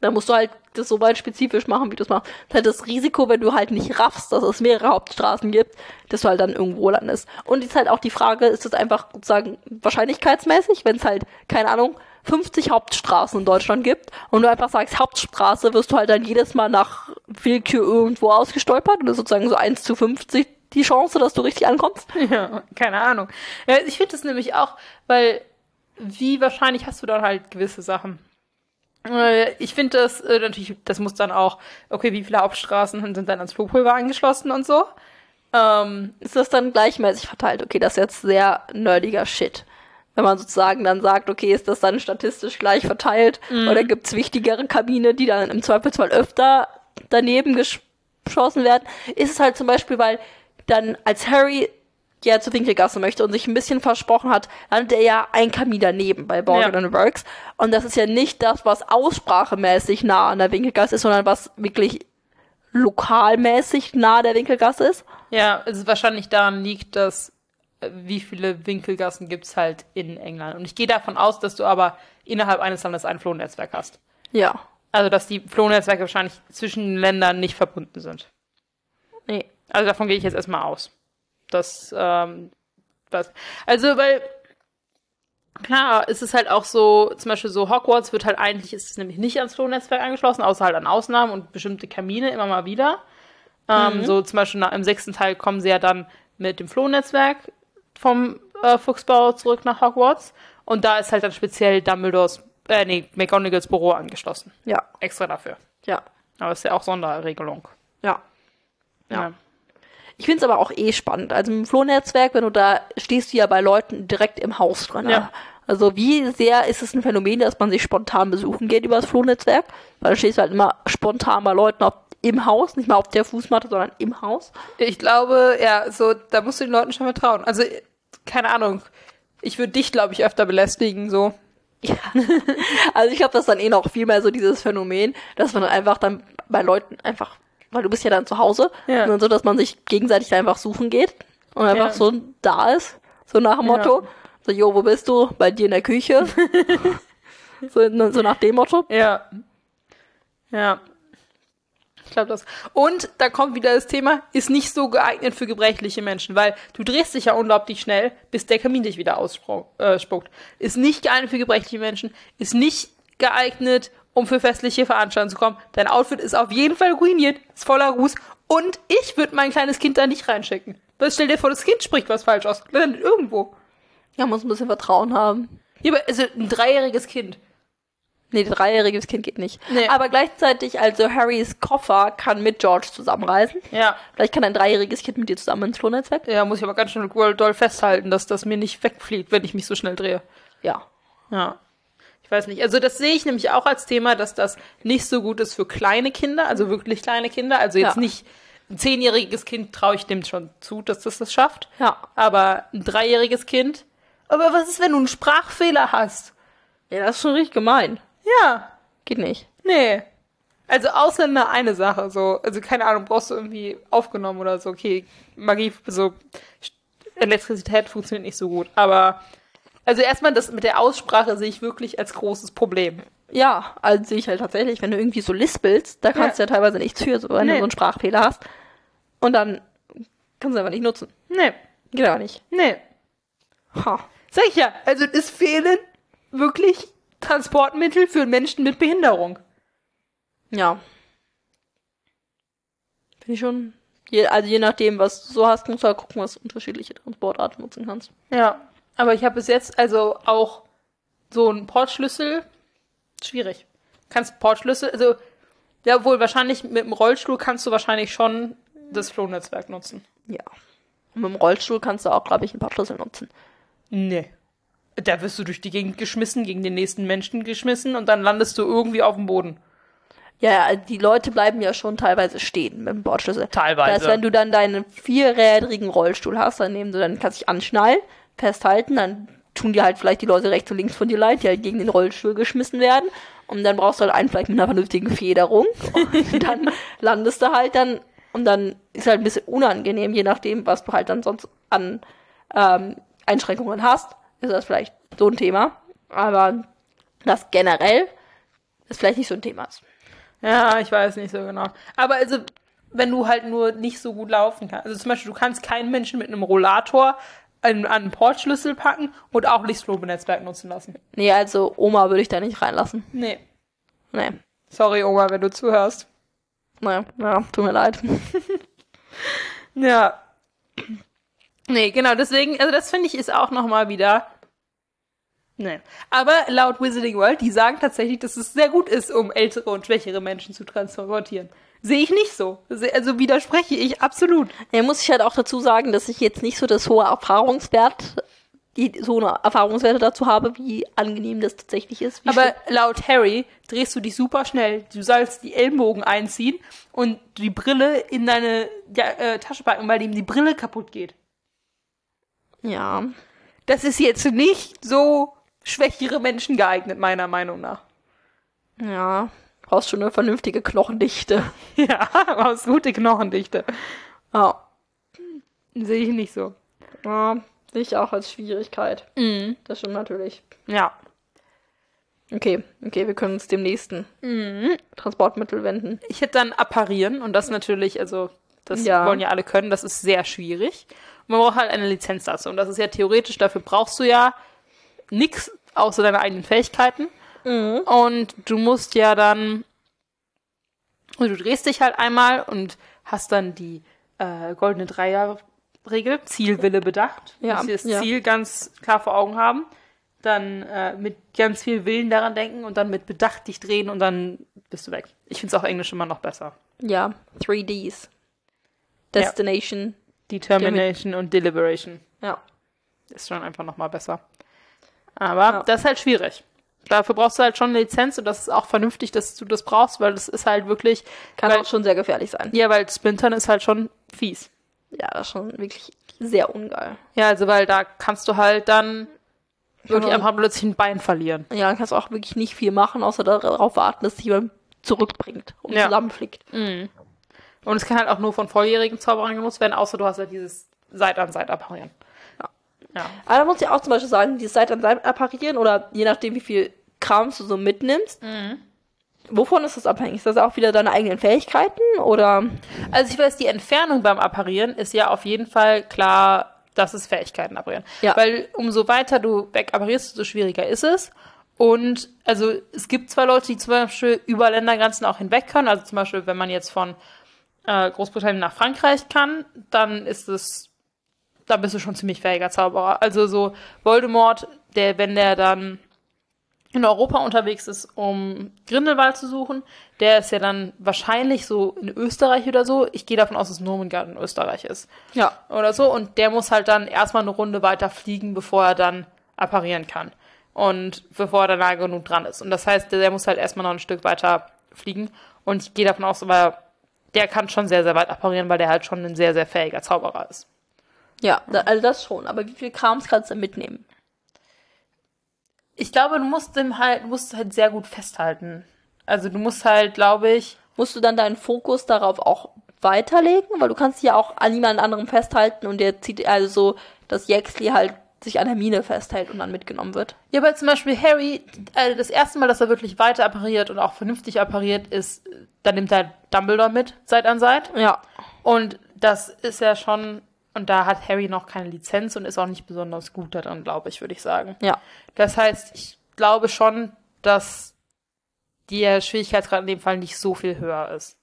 [SPEAKER 2] dann musst du halt das so weit spezifisch machen, wie du es machst. Das ist halt das Risiko, wenn du halt nicht raffst, dass es mehrere Hauptstraßen gibt, dass du halt dann irgendwo landest. Und ist halt auch die Frage, ist das einfach sozusagen wahrscheinlichkeitsmäßig, wenn es halt, keine Ahnung, 50 Hauptstraßen in Deutschland gibt und du einfach sagst Hauptstraße, wirst du halt dann jedes Mal nach Willkür irgendwo ausgestolpert und das ist sozusagen so 1 zu 50 die Chance, dass du richtig ankommst.
[SPEAKER 1] Ja, keine Ahnung. Ja, ich finde das nämlich auch, weil wie wahrscheinlich hast du dann halt gewisse Sachen? Äh, Ich finde das äh, natürlich, das muss dann auch, okay, wie viele Hauptstraßen sind dann ans Flohpulver angeschlossen und so. Ähm,
[SPEAKER 2] ist das dann gleichmäßig verteilt. Okay, das ist jetzt sehr nerdiger Shit. Wenn man sozusagen dann sagt, okay, ist das dann statistisch gleich verteilt oder gibt's wichtigere Kabine, die dann im Zweifelsfall öfter daneben gesch- geschossen werden, ist es halt zum Beispiel, weil dann als Harry ja zur Winkelgasse möchte und sich ein bisschen versprochen hat, landet er ja ein Kamin daneben bei Borgen
[SPEAKER 1] Ja.
[SPEAKER 2] and Works. Und das ist ja nicht das, was aussprachemäßig nah an der Winkelgasse ist, sondern was wirklich lokalmäßig nah der Winkelgasse ist.
[SPEAKER 1] ja, es ist wahrscheinlich daran liegt, dass äh, wie viele Winkelgassen gibt's halt in England. Und ich gehe davon aus, dass du aber innerhalb eines Landes ein Flohnetzwerk hast.
[SPEAKER 2] Ja.
[SPEAKER 1] Also, dass die Flohnetzwerke wahrscheinlich zwischen den Ländern nicht verbunden sind.
[SPEAKER 2] Nee.
[SPEAKER 1] Also davon gehe ich jetzt erstmal aus. Das, ähm, was. Also, weil, klar, es ist halt auch so, zum Beispiel so Hogwarts wird halt eigentlich, ist es nämlich nicht ans Flohnetzwerk angeschlossen, außer halt an Ausnahmen und bestimmte Kamine immer mal wieder. Ähm, So zum Beispiel nach, im sechsten Teil kommen sie ja dann mit dem Flohnetzwerk vom äh, Fuchsbau zurück nach Hogwarts. Und da ist halt dann speziell Dumbledores, äh, nee, McGonagalls Büro angeschlossen.
[SPEAKER 2] Ja,
[SPEAKER 1] Extra dafür.
[SPEAKER 2] ja,
[SPEAKER 1] Aber ist ja auch Sonderregelung.
[SPEAKER 2] ja. Ich finde es aber auch eh spannend. Also im Flohnetzwerk, wenn du da stehst, du ja bei Leuten direkt im Haus drin.
[SPEAKER 1] Ja.
[SPEAKER 2] Also wie sehr ist es ein Phänomen, dass man sich spontan besuchen geht über das Flohnetzwerk? Weil du stehst halt immer spontan bei Leuten auf, im Haus, nicht mal auf der Fußmatte, sondern im Haus.
[SPEAKER 1] Ich glaube, ja, so, da musst du den Leuten schon vertrauen. Also, keine Ahnung. Ich würde dich, glaube ich, öfter belästigen, so.
[SPEAKER 2] Ja. Also ich glaube, das ist dann eh noch viel mehr so dieses Phänomen, dass man dann einfach dann bei Leuten einfach, weil du bist ja dann zu Hause,
[SPEAKER 1] Ja.
[SPEAKER 2] und dann so, dass man sich gegenseitig da einfach suchen geht und einfach
[SPEAKER 1] Ja.
[SPEAKER 2] so da ist, so nach dem Motto, so, jo, wo bist du? Bei dir in der Küche. so, ne, so nach dem Motto.
[SPEAKER 1] Ja. Ja. Ich glaube das. Und da kommt wieder das Thema, ist nicht so geeignet für gebrechliche Menschen, weil du drehst dich ja unglaublich schnell, bis der Kamin dich wieder ausspuckt. Äh, spuckt. ist nicht geeignet für gebrechliche Menschen, ist nicht geeignet, um für festliche Veranstaltungen zu kommen. Dein Outfit ist auf jeden Fall ruiniert, ist voller Ruß und ich würde mein kleines Kind da nicht reinschicken. Was stell dir vor, das Kind spricht was falsch aus. Landet irgendwo.
[SPEAKER 2] Ja, muss ein bisschen Vertrauen haben.
[SPEAKER 1] Ja, aber also ein dreijähriges Kind.
[SPEAKER 2] Nee, dreijähriges Kind geht nicht.
[SPEAKER 1] Nee.
[SPEAKER 2] Aber gleichzeitig, also Harrys Koffer kann mit George zusammenreisen.
[SPEAKER 1] Ja.
[SPEAKER 2] Vielleicht kann ein dreijähriges Kind mit dir zusammen ins Flohnetzwerk.
[SPEAKER 1] Ja, muss ich aber ganz schön wohl doll festhalten, dass das mir nicht wegfliegt, wenn ich mich so schnell drehe.
[SPEAKER 2] Ja.
[SPEAKER 1] Ja. Ich weiß nicht. Also das sehe ich nämlich auch als Thema, dass das nicht so gut ist für kleine Kinder, also wirklich kleine Kinder. Also jetzt
[SPEAKER 2] Ja.
[SPEAKER 1] nicht ein zehnjähriges Kind traue ich dem schon zu, dass das das schafft.
[SPEAKER 2] Ja.
[SPEAKER 1] Aber ein dreijähriges Kind. Aber was ist, wenn du einen Sprachfehler hast?
[SPEAKER 2] Ja, das ist schon richtig gemein.
[SPEAKER 1] Ja.
[SPEAKER 2] Geht nicht.
[SPEAKER 1] Nee. Also Ausländer eine Sache, so, also keine Ahnung, brauchst du irgendwie aufgenommen oder so, okay, Magie, so, St- Elektrizität funktioniert nicht so gut, aber, also erstmal das mit der Aussprache sehe ich wirklich als großes Problem.
[SPEAKER 2] Ja, also sehe ich halt tatsächlich, wenn du irgendwie so lispelst, da kannst
[SPEAKER 1] Ja.
[SPEAKER 2] du ja teilweise nichts für, so, wenn du
[SPEAKER 1] Nee.
[SPEAKER 2] so einen Sprachfehler hast. Und dann kannst du einfach nicht nutzen.
[SPEAKER 1] Nee,
[SPEAKER 2] Geht aber nicht.
[SPEAKER 1] nee.
[SPEAKER 2] Ha.
[SPEAKER 1] Sag ich ja, also es fehlen wirklich Transportmittel für Menschen mit Behinderung.
[SPEAKER 2] Ja. Finde ich schon. Je, also je nachdem, was du so hast, musst du halt gucken, was du unterschiedliche Transportarten nutzen kannst.
[SPEAKER 1] Ja, aber ich habe bis jetzt also auch so einen Portschlüssel. Schwierig. Kannst Portschlüssel, also ja wohl wahrscheinlich mit dem Rollstuhl kannst du wahrscheinlich schon das Flohnetzwerk nutzen.
[SPEAKER 2] Ja. Und mit dem Rollstuhl kannst du auch, glaube ich, ein paar Schlüssel nutzen.
[SPEAKER 1] Nee. Da wirst du durch die Gegend geschmissen, gegen den nächsten Menschen geschmissen und dann landest du irgendwie auf dem Boden.
[SPEAKER 2] Ja, ja, also die Leute bleiben ja schon teilweise stehen mit dem Bordschlüssel.
[SPEAKER 1] Teilweise.
[SPEAKER 2] Das heißt, wenn du dann deinen vierrädrigen Rollstuhl hast, dann nehmen du, dann kannst du dich anschnallen, festhalten, dann tun dir halt vielleicht die Leute rechts und links von dir leid, die halt gegen den Rollstuhl geschmissen werden. Und dann brauchst du halt einen vielleicht mit einer vernünftigen Federung. Und dann landest du halt dann, und dann ist halt ein bisschen unangenehm, je nachdem, was du halt dann sonst an ähm, Einschränkungen hast, ist das vielleicht so ein Thema. Aber das generell ist vielleicht nicht so ein Thema. ist.
[SPEAKER 1] Ja, ich weiß nicht so genau. Aber also, wenn du halt nur nicht so gut laufen kannst. Also zum Beispiel, du kannst keinen Menschen mit einem Rollator an, an einen Portschlüssel packen und auch nicht das Flohnetzwerk nutzen lassen.
[SPEAKER 2] Nee, also Oma würde ich da nicht reinlassen.
[SPEAKER 1] Nee.
[SPEAKER 2] Nee.
[SPEAKER 1] Sorry, Oma, wenn du zuhörst.
[SPEAKER 2] Naja, ja, tut mir leid.
[SPEAKER 1] Ja. Nee, genau, deswegen, also das finde ich ist auch nochmal wieder. Nee. Aber laut Wizarding World, die sagen tatsächlich, dass es sehr gut ist, um ältere und schwächere Menschen zu transportieren. Sehe ich nicht so. Se- Also widerspreche ich absolut.
[SPEAKER 2] Ja, muss ich halt auch dazu sagen, dass ich jetzt nicht so das hohe Erfahrungswert, die, so eine Erfahrungswerte dazu habe, wie angenehm das tatsächlich ist. Wie
[SPEAKER 1] Aber
[SPEAKER 2] schlimm-
[SPEAKER 1] laut Harry drehst du dich super schnell. Du sollst die Ellenbogen einziehen und die Brille in deine ja, äh, Tasche packen, weil ihm die Brille kaputt geht.
[SPEAKER 2] ja,
[SPEAKER 1] Das ist jetzt nicht so schwächere Menschen geeignet, meiner Meinung nach.
[SPEAKER 2] ja, brauchst schon eine vernünftige Knochendichte.
[SPEAKER 1] Ja, aus gute Knochendichte.
[SPEAKER 2] Ja,
[SPEAKER 1] Sehe ich nicht so.
[SPEAKER 2] ja sehe ich auch als Schwierigkeit.
[SPEAKER 1] Mhm.
[SPEAKER 2] Das stimmt natürlich.
[SPEAKER 1] Ja.
[SPEAKER 2] Okay, okay, wir können uns dem nächsten
[SPEAKER 1] Mhm.
[SPEAKER 2] Transportmittel wenden.
[SPEAKER 1] Ich hätte dann apparieren und das natürlich, also das
[SPEAKER 2] Ja.
[SPEAKER 1] wollen ja alle können, das ist sehr schwierig. Und man braucht halt eine Lizenz dazu. Und das ist ja theoretisch, dafür brauchst du ja nichts außer deine eigenen Fähigkeiten. Mhm. Und du musst ja dann, also du drehst dich halt einmal und hast dann die äh, goldene Dreierregel, Zielwille bedacht.
[SPEAKER 2] Ja,
[SPEAKER 1] Musst dir das
[SPEAKER 2] ja.
[SPEAKER 1] Ziel ganz klar vor Augen haben. Dann äh, mit ganz viel Willen daran denken und dann mit Bedacht dich drehen und dann bist du weg. Ich finde es auch Englisch immer noch besser.
[SPEAKER 2] Ja, 3Ds.
[SPEAKER 1] Ja.
[SPEAKER 2] Destination.
[SPEAKER 1] Determination und Deliberation
[SPEAKER 2] Ja.
[SPEAKER 1] ist schon einfach nochmal besser. Aber das ist halt schwierig. Dafür brauchst du halt schon eine Lizenz und das ist auch vernünftig, dass du das brauchst, weil das ist halt wirklich.
[SPEAKER 2] Kann
[SPEAKER 1] weil,
[SPEAKER 2] auch schon sehr gefährlich sein.
[SPEAKER 1] Ja, weil Splintern ist halt schon fies.
[SPEAKER 2] Ja, das ist schon wirklich sehr ungeil.
[SPEAKER 1] Ja, also weil da kannst du halt dann Wirklich
[SPEAKER 2] Ja.
[SPEAKER 1] einfach plötzlich ein Bein verlieren.
[SPEAKER 2] Ja, dann kannst du auch wirklich nicht viel machen, außer darauf warten, dass dich jemand zurückbringt und
[SPEAKER 1] Ja.
[SPEAKER 2] zusammenflickt.
[SPEAKER 1] Und es kann halt auch nur von volljährigen Zauberern genutzt werden, außer du hast halt dieses Seite an Seite apparieren. Ja. ja.
[SPEAKER 2] Aber da muss ich auch zum Beispiel sagen, die Seite an Seite apparieren oder je nachdem, wie viel Krams du so mitnimmst. Wovon ist das abhängig? Ist das auch wieder deine eigenen Fähigkeiten oder
[SPEAKER 1] Also ich weiß, die Entfernung beim Apparieren ist ja auf jeden Fall klar, dass es Fähigkeiten apparieren.
[SPEAKER 2] Ja.
[SPEAKER 1] Weil umso weiter du weg apparierst, desto schwieriger ist es. Und also es gibt zwar Leute, die zum Beispiel über Ländergrenzen auch hinweg können. Also zum Beispiel, wenn man jetzt von äh, Großbritannien nach Frankreich kann, dann ist es, da bist du schon ziemlich fähiger Zauberer. Also so Voldemort, der, wenn der dann in Europa unterwegs ist, um Grindelwald zu suchen. Der ist ja dann wahrscheinlich so in Österreich oder so. Ich gehe davon aus, dass Nurmengard in Österreich ist
[SPEAKER 2] ja,
[SPEAKER 1] oder so. Und der muss halt dann erstmal eine Runde weiter fliegen, bevor er dann apparieren kann. Und bevor er dann nah genug dran ist. Und das heißt, der, der muss halt erstmal noch ein Stück weiter fliegen. Und ich gehe davon aus, aber der kann schon sehr, sehr weit apparieren, weil der halt schon ein sehr, sehr fähiger Zauberer ist.
[SPEAKER 2] ja, da, also das schon, aber wie viel Krams kannst du mitnehmen?
[SPEAKER 1] Ich glaube, du musst dem halt, du musst halt sehr gut festhalten. Also du musst halt, glaube ich,
[SPEAKER 2] Musst du dann deinen Fokus darauf auch weiterlegen, weil du kannst dich ja auch an jemand anderem festhalten und der zieht also so, dass Jexli halt sich an Hermine festhält und dann mitgenommen wird.
[SPEAKER 1] Ja, aber zum Beispiel Harry, also das erste Mal, dass er wirklich weiter appariert und auch vernünftig appariert, ist, äh, da nimmt er Dumbledore mit, Seit an Seit.
[SPEAKER 2] Ja,
[SPEAKER 1] Und das ist ja schon, und da hat Harry noch keine Lizenz und ist auch nicht besonders gut daran, glaube ich, würde ich sagen.
[SPEAKER 2] ja.
[SPEAKER 1] Das heißt, ich glaube schon, dass der Schwierigkeitsgrad in dem Fall nicht so viel höher ist.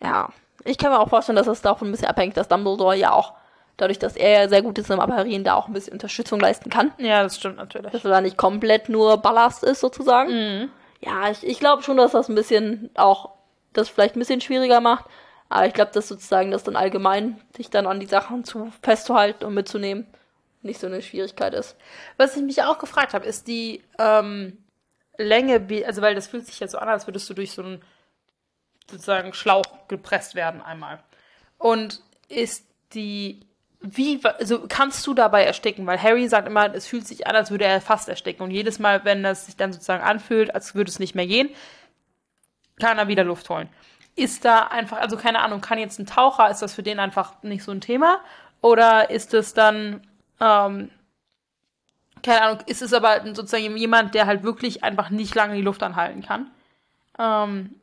[SPEAKER 2] Ja, ich kann mir auch vorstellen, dass das davon ein bisschen abhängt, dass Dumbledore ja auch, dadurch, dass er ja sehr gut ist im Apparieren, da auch ein bisschen Unterstützung leisten kann.
[SPEAKER 1] Ja, das stimmt natürlich.
[SPEAKER 2] Dass er da nicht komplett nur Ballast ist, sozusagen. Ja, ich, ich glaube schon, dass das ein bisschen auch, das vielleicht ein bisschen schwieriger macht. Aber ich glaube, dass sozusagen das dann allgemein, sich dann an die Sachen zu festzuhalten und mitzunehmen, nicht so eine Schwierigkeit ist.
[SPEAKER 1] Was ich mich auch gefragt habe, ist die ähm, Länge, wie- also weil das fühlt sich ja so an, als würdest du durch so einen sozusagen Schlauch gepresst werden einmal. Und ist die, wie, wa- also kannst du dabei ersticken? Weil Harry sagt immer, es fühlt sich an, als würde er fast ersticken. Und jedes Mal, wenn das sich dann sozusagen anfühlt, als würde es nicht mehr gehen, kann er wieder Luft holen. Ist da einfach, also keine Ahnung, kann jetzt ein Taucher, ist das für den einfach nicht so ein Thema? Oder ist es dann, ähm, keine Ahnung, ist es aber sozusagen jemand, der halt wirklich einfach nicht lange die Luft anhalten kann? Ähm,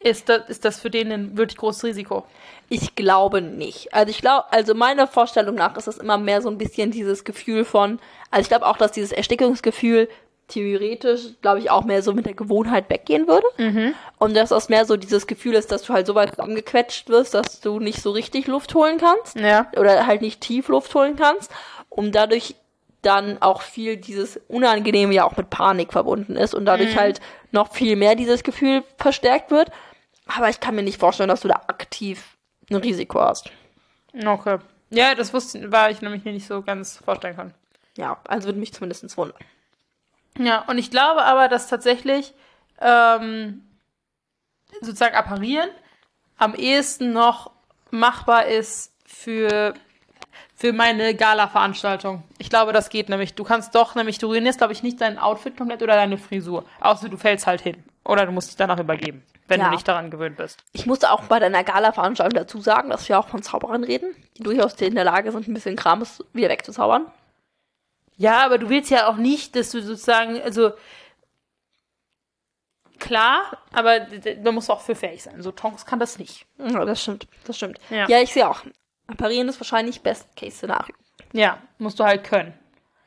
[SPEAKER 1] ist, das, ist das für den ein wirklich großes Risiko?
[SPEAKER 2] Ich glaube nicht. Also ich glaube, also meiner Vorstellung nach ist das immer mehr so ein bisschen dieses Gefühl von, also ich glaube auch, dass dieses Erstickungsgefühl theoretisch, glaube ich, auch mehr so mit der Gewohnheit weggehen würde. Und dass das mehr so dieses Gefühl ist, dass du halt so weit zusammengequetscht wirst, dass du nicht so richtig Luft holen kannst.
[SPEAKER 1] Ja.
[SPEAKER 2] Oder halt nicht tief Luft holen kannst. Und dadurch dann auch viel dieses Unangenehme ja auch mit Panik verbunden ist und dadurch halt noch viel mehr dieses Gefühl verstärkt wird. Aber ich kann mir nicht vorstellen, dass du da aktiv ein Risiko hast.
[SPEAKER 1] Okay. Ja, das wusste war ich nämlich mir nicht so ganz vorstellen können.
[SPEAKER 2] Ja, also würde mich zumindest wundern.
[SPEAKER 1] Ja, und ich glaube aber, dass tatsächlich ähm, sozusagen apparieren am ehesten noch machbar ist für, für meine Gala-Veranstaltung. Ich glaube, das geht nämlich. Du kannst doch nämlich, du ruinierst, glaube ich, nicht dein Outfit komplett oder deine Frisur. Außer du fällst halt hin. Oder du musst dich danach übergeben, wenn
[SPEAKER 2] Ja.
[SPEAKER 1] du nicht daran gewöhnt bist.
[SPEAKER 2] Ich musste auch bei deiner Gala-Veranstaltung dazu sagen, dass wir auch von Zauberern reden, die durchaus in der Lage sind, ein bisschen Krams wieder wegzuzaubern.
[SPEAKER 1] Ja, aber du willst ja auch nicht, dass du sozusagen, also klar, aber d- d- man muss auch für fähig sein. So Tonks kann das nicht.
[SPEAKER 2] Ja, das stimmt, das stimmt.
[SPEAKER 1] Ja.
[SPEAKER 2] Ja, ich sehe auch. Apparieren ist wahrscheinlich Best-Case-Szenario.
[SPEAKER 1] Ja, musst du halt können.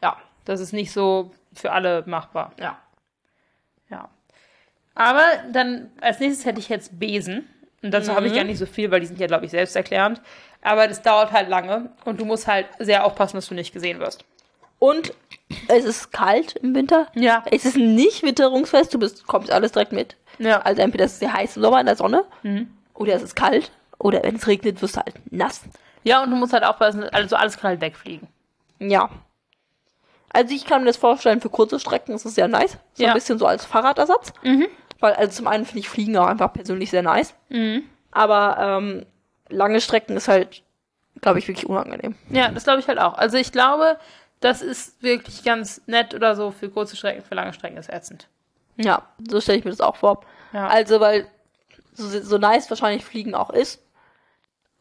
[SPEAKER 2] Ja,
[SPEAKER 1] Das ist nicht so für alle machbar.
[SPEAKER 2] ja.
[SPEAKER 1] Ja. Aber dann als nächstes hätte ich jetzt Besen. Und dazu habe ich gar nicht so viel, weil die sind ja, glaube ich, selbsterklärend. Aber das dauert halt lange und du musst halt sehr aufpassen, dass du nicht gesehen wirst.
[SPEAKER 2] Und es ist kalt im Winter.
[SPEAKER 1] Ja.
[SPEAKER 2] Es ist nicht witterungsfest, du bist, kommst alles direkt mit.
[SPEAKER 1] Ja. Mhm.
[SPEAKER 2] Also entweder es ist sehr heiß im Sommer in der Sonne, oder es ist kalt, oder wenn es regnet, wirst du halt nass.
[SPEAKER 1] Ja, und du musst halt aufpassen, also alles kann halt wegfliegen.
[SPEAKER 2] Ja. Also ich kann mir das vorstellen, für kurze Strecken ist es sehr nice. So
[SPEAKER 1] Ja. Mhm.
[SPEAKER 2] ein bisschen so als Fahrradersatz. Weil also zum einen finde ich Fliegen auch einfach persönlich sehr nice.
[SPEAKER 1] Mhm.
[SPEAKER 2] Aber ähm, lange Strecken ist halt, glaube ich, wirklich unangenehm.
[SPEAKER 1] Ja, das glaube ich halt auch. Also ich glaube, Das ist wirklich ganz nett oder so. Für kurze Strecken, für lange Strecken ist ätzend.
[SPEAKER 2] Ja, so stelle ich mir das auch vor.
[SPEAKER 1] Ja.
[SPEAKER 2] Also, weil so, so nice wahrscheinlich Fliegen auch ist,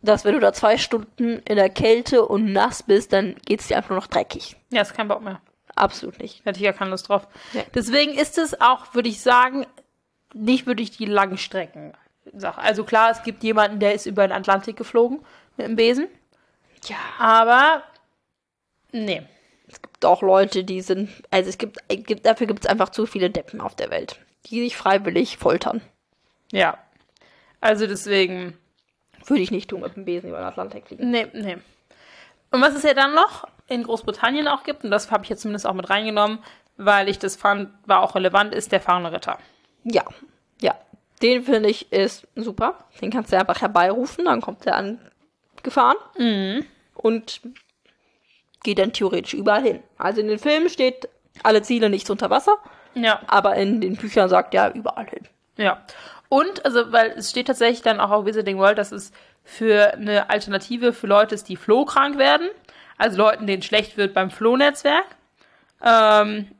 [SPEAKER 2] dass wenn du da zwei Stunden in der Kälte und nass bist, dann geht's dir einfach nur noch dreckig.
[SPEAKER 1] Ja, ist kein Bock mehr.
[SPEAKER 2] Absolut nicht.
[SPEAKER 1] Hätte ich ja keine Lust drauf.
[SPEAKER 2] Ja.
[SPEAKER 1] Deswegen ist es auch, würde ich sagen, nicht wirklich die Langstrecken. Sache. Also klar, es gibt jemanden, der ist über den Atlantik geflogen mit dem Besen,
[SPEAKER 2] Ja.
[SPEAKER 1] aber nee.
[SPEAKER 2] Gibt auch Leute, die sind, also es gibt, es gibt dafür gibt's einfach zu viele Deppen auf der Welt, die sich freiwillig foltern.
[SPEAKER 1] Ja. Also deswegen,
[SPEAKER 2] Würde ich nicht tun, mit dem Besen über den Atlantik fliegen.
[SPEAKER 1] nee, nee. Und was es ja dann noch in Großbritannien auch gibt, und das habe ich jetzt zumindest auch mit reingenommen, weil ich das fand, war auch relevant, ist der fahrende Ritter.
[SPEAKER 2] Ja, ja. Den finde ich ist super. Den kannst du einfach herbeirufen, dann kommt er angefahren und geht dann theoretisch überall hin. Also in den Filmen steht alle Ziele nichts unter Wasser,
[SPEAKER 1] Ja.
[SPEAKER 2] aber in den Büchern sagt er überall hin.
[SPEAKER 1] Ja. Und, also, weil es steht tatsächlich dann auch auf Wizarding World, dass es für eine Alternative für Leute ist, die flohkrank werden. Also Leuten, denen schlecht wird beim Flohnetzwerk. Ähm,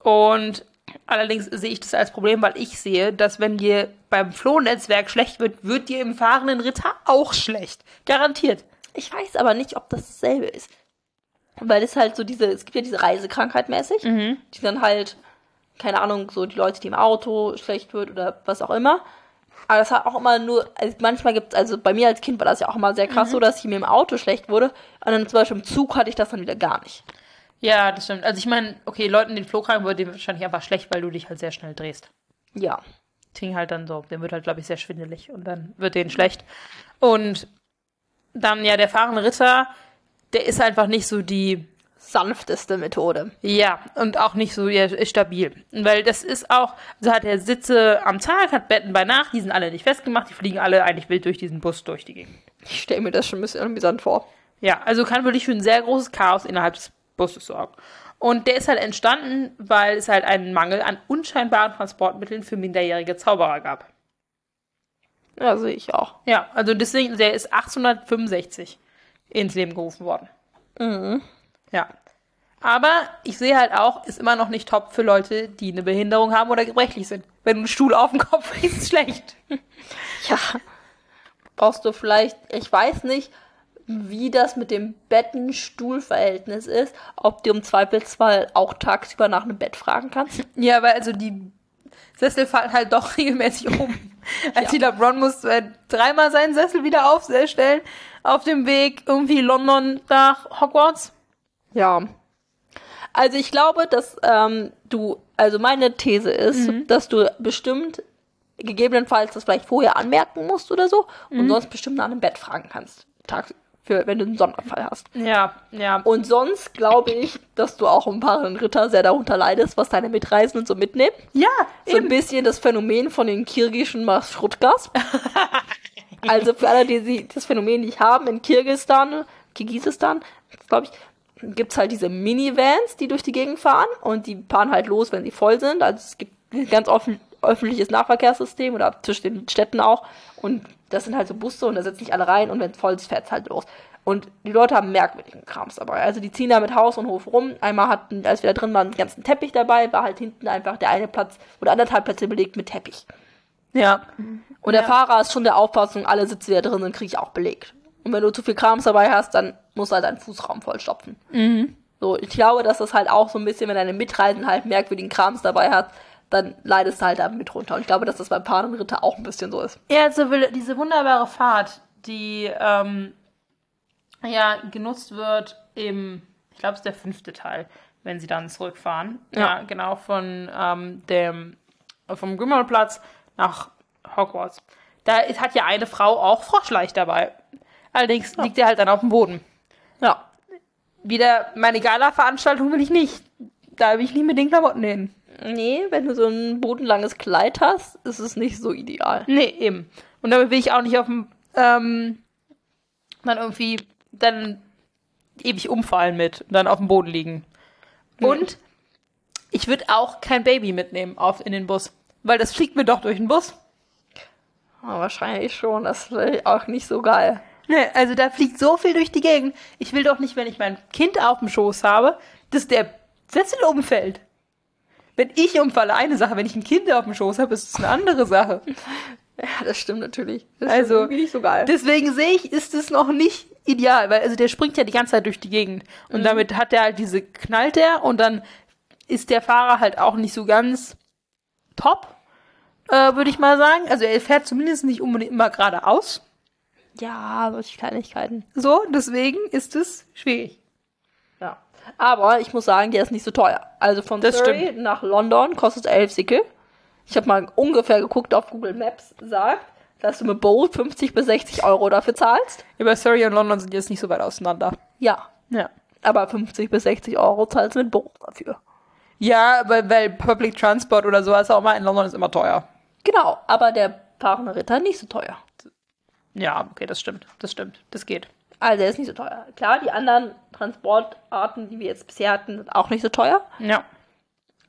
[SPEAKER 1] und allerdings sehe ich das als Problem, weil ich sehe, dass wenn dir beim Flohnetzwerk schlecht wird, wird dir im fahrenden Ritter auch schlecht. Garantiert.
[SPEAKER 2] Ich weiß aber nicht, ob das dasselbe ist. Weil es halt so diese, es gibt ja diese Reisekrankheit mäßig, die dann halt, keine Ahnung, so die Leute, die im Auto schlecht wird oder was auch immer. Aber das hat auch immer nur, also manchmal gibt es, also bei mir als Kind war das ja auch immer sehr krass so, dass ich mir im Auto schlecht wurde. Und dann zum Beispiel im Zug hatte ich das dann wieder gar nicht.
[SPEAKER 1] Ja, das stimmt. Also ich meine, okay, Leuten, denen flohkrank wird, denen wird wahrscheinlich einfach schlecht, weil du dich halt sehr schnell drehst.
[SPEAKER 2] Ja.
[SPEAKER 1] Ting halt dann so, dem wird halt, glaube ich, sehr schwindelig und dann wird denen schlecht. Und dann ja der fahrende Ritter, der ist einfach nicht so die,
[SPEAKER 2] Sanfteste Methode.
[SPEAKER 1] ja, und auch nicht so ja, stabil. Weil das ist auch, so hat er Sitze am Tag, hat Betten bei Nacht, die sind alle nicht festgemacht, die fliegen alle eigentlich wild durch diesen Bus durch die Gegend.
[SPEAKER 2] Ich stelle mir das schon ein bisschen amüsant vor.
[SPEAKER 1] Ja, also kann wirklich für ein sehr großes Chaos innerhalb des Busses sorgen. Und der ist halt entstanden, weil es halt einen Mangel an unscheinbaren Transportmitteln für minderjährige Zauberer gab.
[SPEAKER 2] Ja, sehe ich auch.
[SPEAKER 1] Ja, also deswegen, der ist 1865 ins Leben gerufen worden. Ja. Aber ich sehe halt auch, ist immer noch nicht top für Leute, die eine Behinderung haben oder gebrechlich sind. Wenn du einen Stuhl auf den Kopf kriegst, ist schlecht.
[SPEAKER 2] Ja. Brauchst du vielleicht, ich weiß nicht, wie das mit dem Betten-Stuhl-Verhältnis ist, ob du im Zweifelsfall auch tagsüber nach einem Bett fragen kannst.
[SPEAKER 1] Ja, weil also die Sessel fallen halt doch regelmäßig um. Als ich glaube, Ron muss äh, dreimal seinen Sessel wieder aufstellen auf dem Weg irgendwie London nach Hogwarts.
[SPEAKER 2] Ja. Also ich glaube, dass ähm, du, also meine These ist, dass du bestimmt gegebenenfalls das vielleicht vorher anmerken musst oder so und sonst bestimmt nach einem Bett fragen kannst. Tags für, wenn du einen Sonderfall hast.
[SPEAKER 1] Ja, ja.
[SPEAKER 2] Und sonst glaube ich, dass du auch im Paaren Ritter sehr darunter leidest, was deine Mitreisenden so mitnehmen.
[SPEAKER 1] Ja,
[SPEAKER 2] so ein bisschen das Phänomen von den kirgischen Marschrutgas. also für alle, die sie das Phänomen nicht haben, in Kirgisistan, Kirgisistan, glaube ich, gibt es halt diese Minivans, die durch die Gegend fahren und die fahren halt los, wenn sie voll sind. Also es gibt ein ganz offen, öffentliches Nahverkehrssystem oder zwischen den Städten auch und das sind halt so Busse und da sitzen nicht alle rein und wenn es voll ist, fährt es halt los. Und die Leute haben merkwürdigen Krams dabei. Also die ziehen da mit Haus und Hof rum. Einmal hatten, als wir da drin waren, einen ganzen Teppich dabei, war halt hinten einfach der eine Platz oder anderthalb Plätze belegt mit Teppich.
[SPEAKER 1] Ja.
[SPEAKER 2] Und der
[SPEAKER 1] Ja.
[SPEAKER 2] Fahrer ist schon der Auffassung, alle Sitze, die da drin sind, kriege ich auch belegt. Und wenn du zu viel Krams dabei hast, dann musst du halt deinen Fußraum vollstopfen. So, ich glaube, dass das halt auch so ein bisschen, wenn deine Mitreisen halt merkwürdigen Krams dabei hat, dann leidest du halt da mit runter. Und ich glaube, dass das bei Padenritter auch ein bisschen so ist.
[SPEAKER 1] Ja, also will- diese wunderbare Fahrt, die ähm, ja genutzt wird im, ich glaube, es ist der fünfte Teil, wenn sie dann zurückfahren. Ja,
[SPEAKER 2] Ja.
[SPEAKER 1] genau, von ähm, dem vom Grimmelplatz nach Hogwarts. Da ist- hat ja eine Frau auch Froschleich dabei. Allerdings liegt er halt dann auf dem Boden.
[SPEAKER 2] Ja.
[SPEAKER 1] Wieder meine Gala-Veranstaltung will ich nicht. Da will ich nicht mit den Klamotten hin.
[SPEAKER 2] Nee, wenn du so ein bodenlanges Kleid hast, ist es nicht so ideal.
[SPEAKER 1] Nee, eben. Und damit will ich auch nicht auf dem, ähm, dann irgendwie dann ewig umfallen mit und dann auf dem Boden liegen. Und ich würde auch kein Baby mitnehmen auf, in den Bus, weil das fliegt mir doch durch den Bus.
[SPEAKER 2] Ja, wahrscheinlich schon, das wäre auch nicht so geil.
[SPEAKER 1] Nee, also da fliegt so viel durch die Gegend. Ich will doch nicht, wenn ich mein Kind auf dem Schoß habe, dass der Sessel umfällt. Wenn ich umfalle, eine Sache. Wenn ich ein Kind auf dem Schoß habe, ist es eine andere Sache.
[SPEAKER 2] Ja, das stimmt natürlich. Das
[SPEAKER 1] Also,
[SPEAKER 2] also, nicht so geil.
[SPEAKER 1] Deswegen sehe ich, ist es noch nicht ideal, weil also der springt ja die ganze Zeit durch die Gegend. Und damit hat er halt diese, knallt er und dann ist der Fahrer halt auch nicht so ganz top, äh, würde ich mal sagen. Also er fährt zumindest nicht unbedingt immer geradeaus.
[SPEAKER 2] Ja, solche Kleinigkeiten.
[SPEAKER 1] So, deswegen ist es schwierig.
[SPEAKER 2] Ja. Aber ich muss sagen, der ist nicht so teuer. Also von
[SPEAKER 1] Das
[SPEAKER 2] Surrey
[SPEAKER 1] stimmt.
[SPEAKER 2] nach London kostet er 11 Sickel. Ich habe mal ungefähr geguckt auf Google Maps, sagt, dass du mit Bolt 50 bis 60 Euro dafür zahlst.
[SPEAKER 1] Aber Surrey und London sind jetzt nicht so weit auseinander.
[SPEAKER 2] Ja,
[SPEAKER 1] Ja.
[SPEAKER 2] aber 50 bis 60 Euro zahlst du mit Bolt dafür.
[SPEAKER 1] Ja, weil, weil Public Transport oder sowas auch mal in London ist immer teuer.
[SPEAKER 2] Genau, aber der fahrende Ritter nicht so teuer.
[SPEAKER 1] Ja, okay, das stimmt. Das stimmt. Das geht.
[SPEAKER 2] Also er ist nicht so teuer. Klar, die anderen Transportarten, die wir jetzt bisher hatten, sind auch nicht so teuer.
[SPEAKER 1] Ja.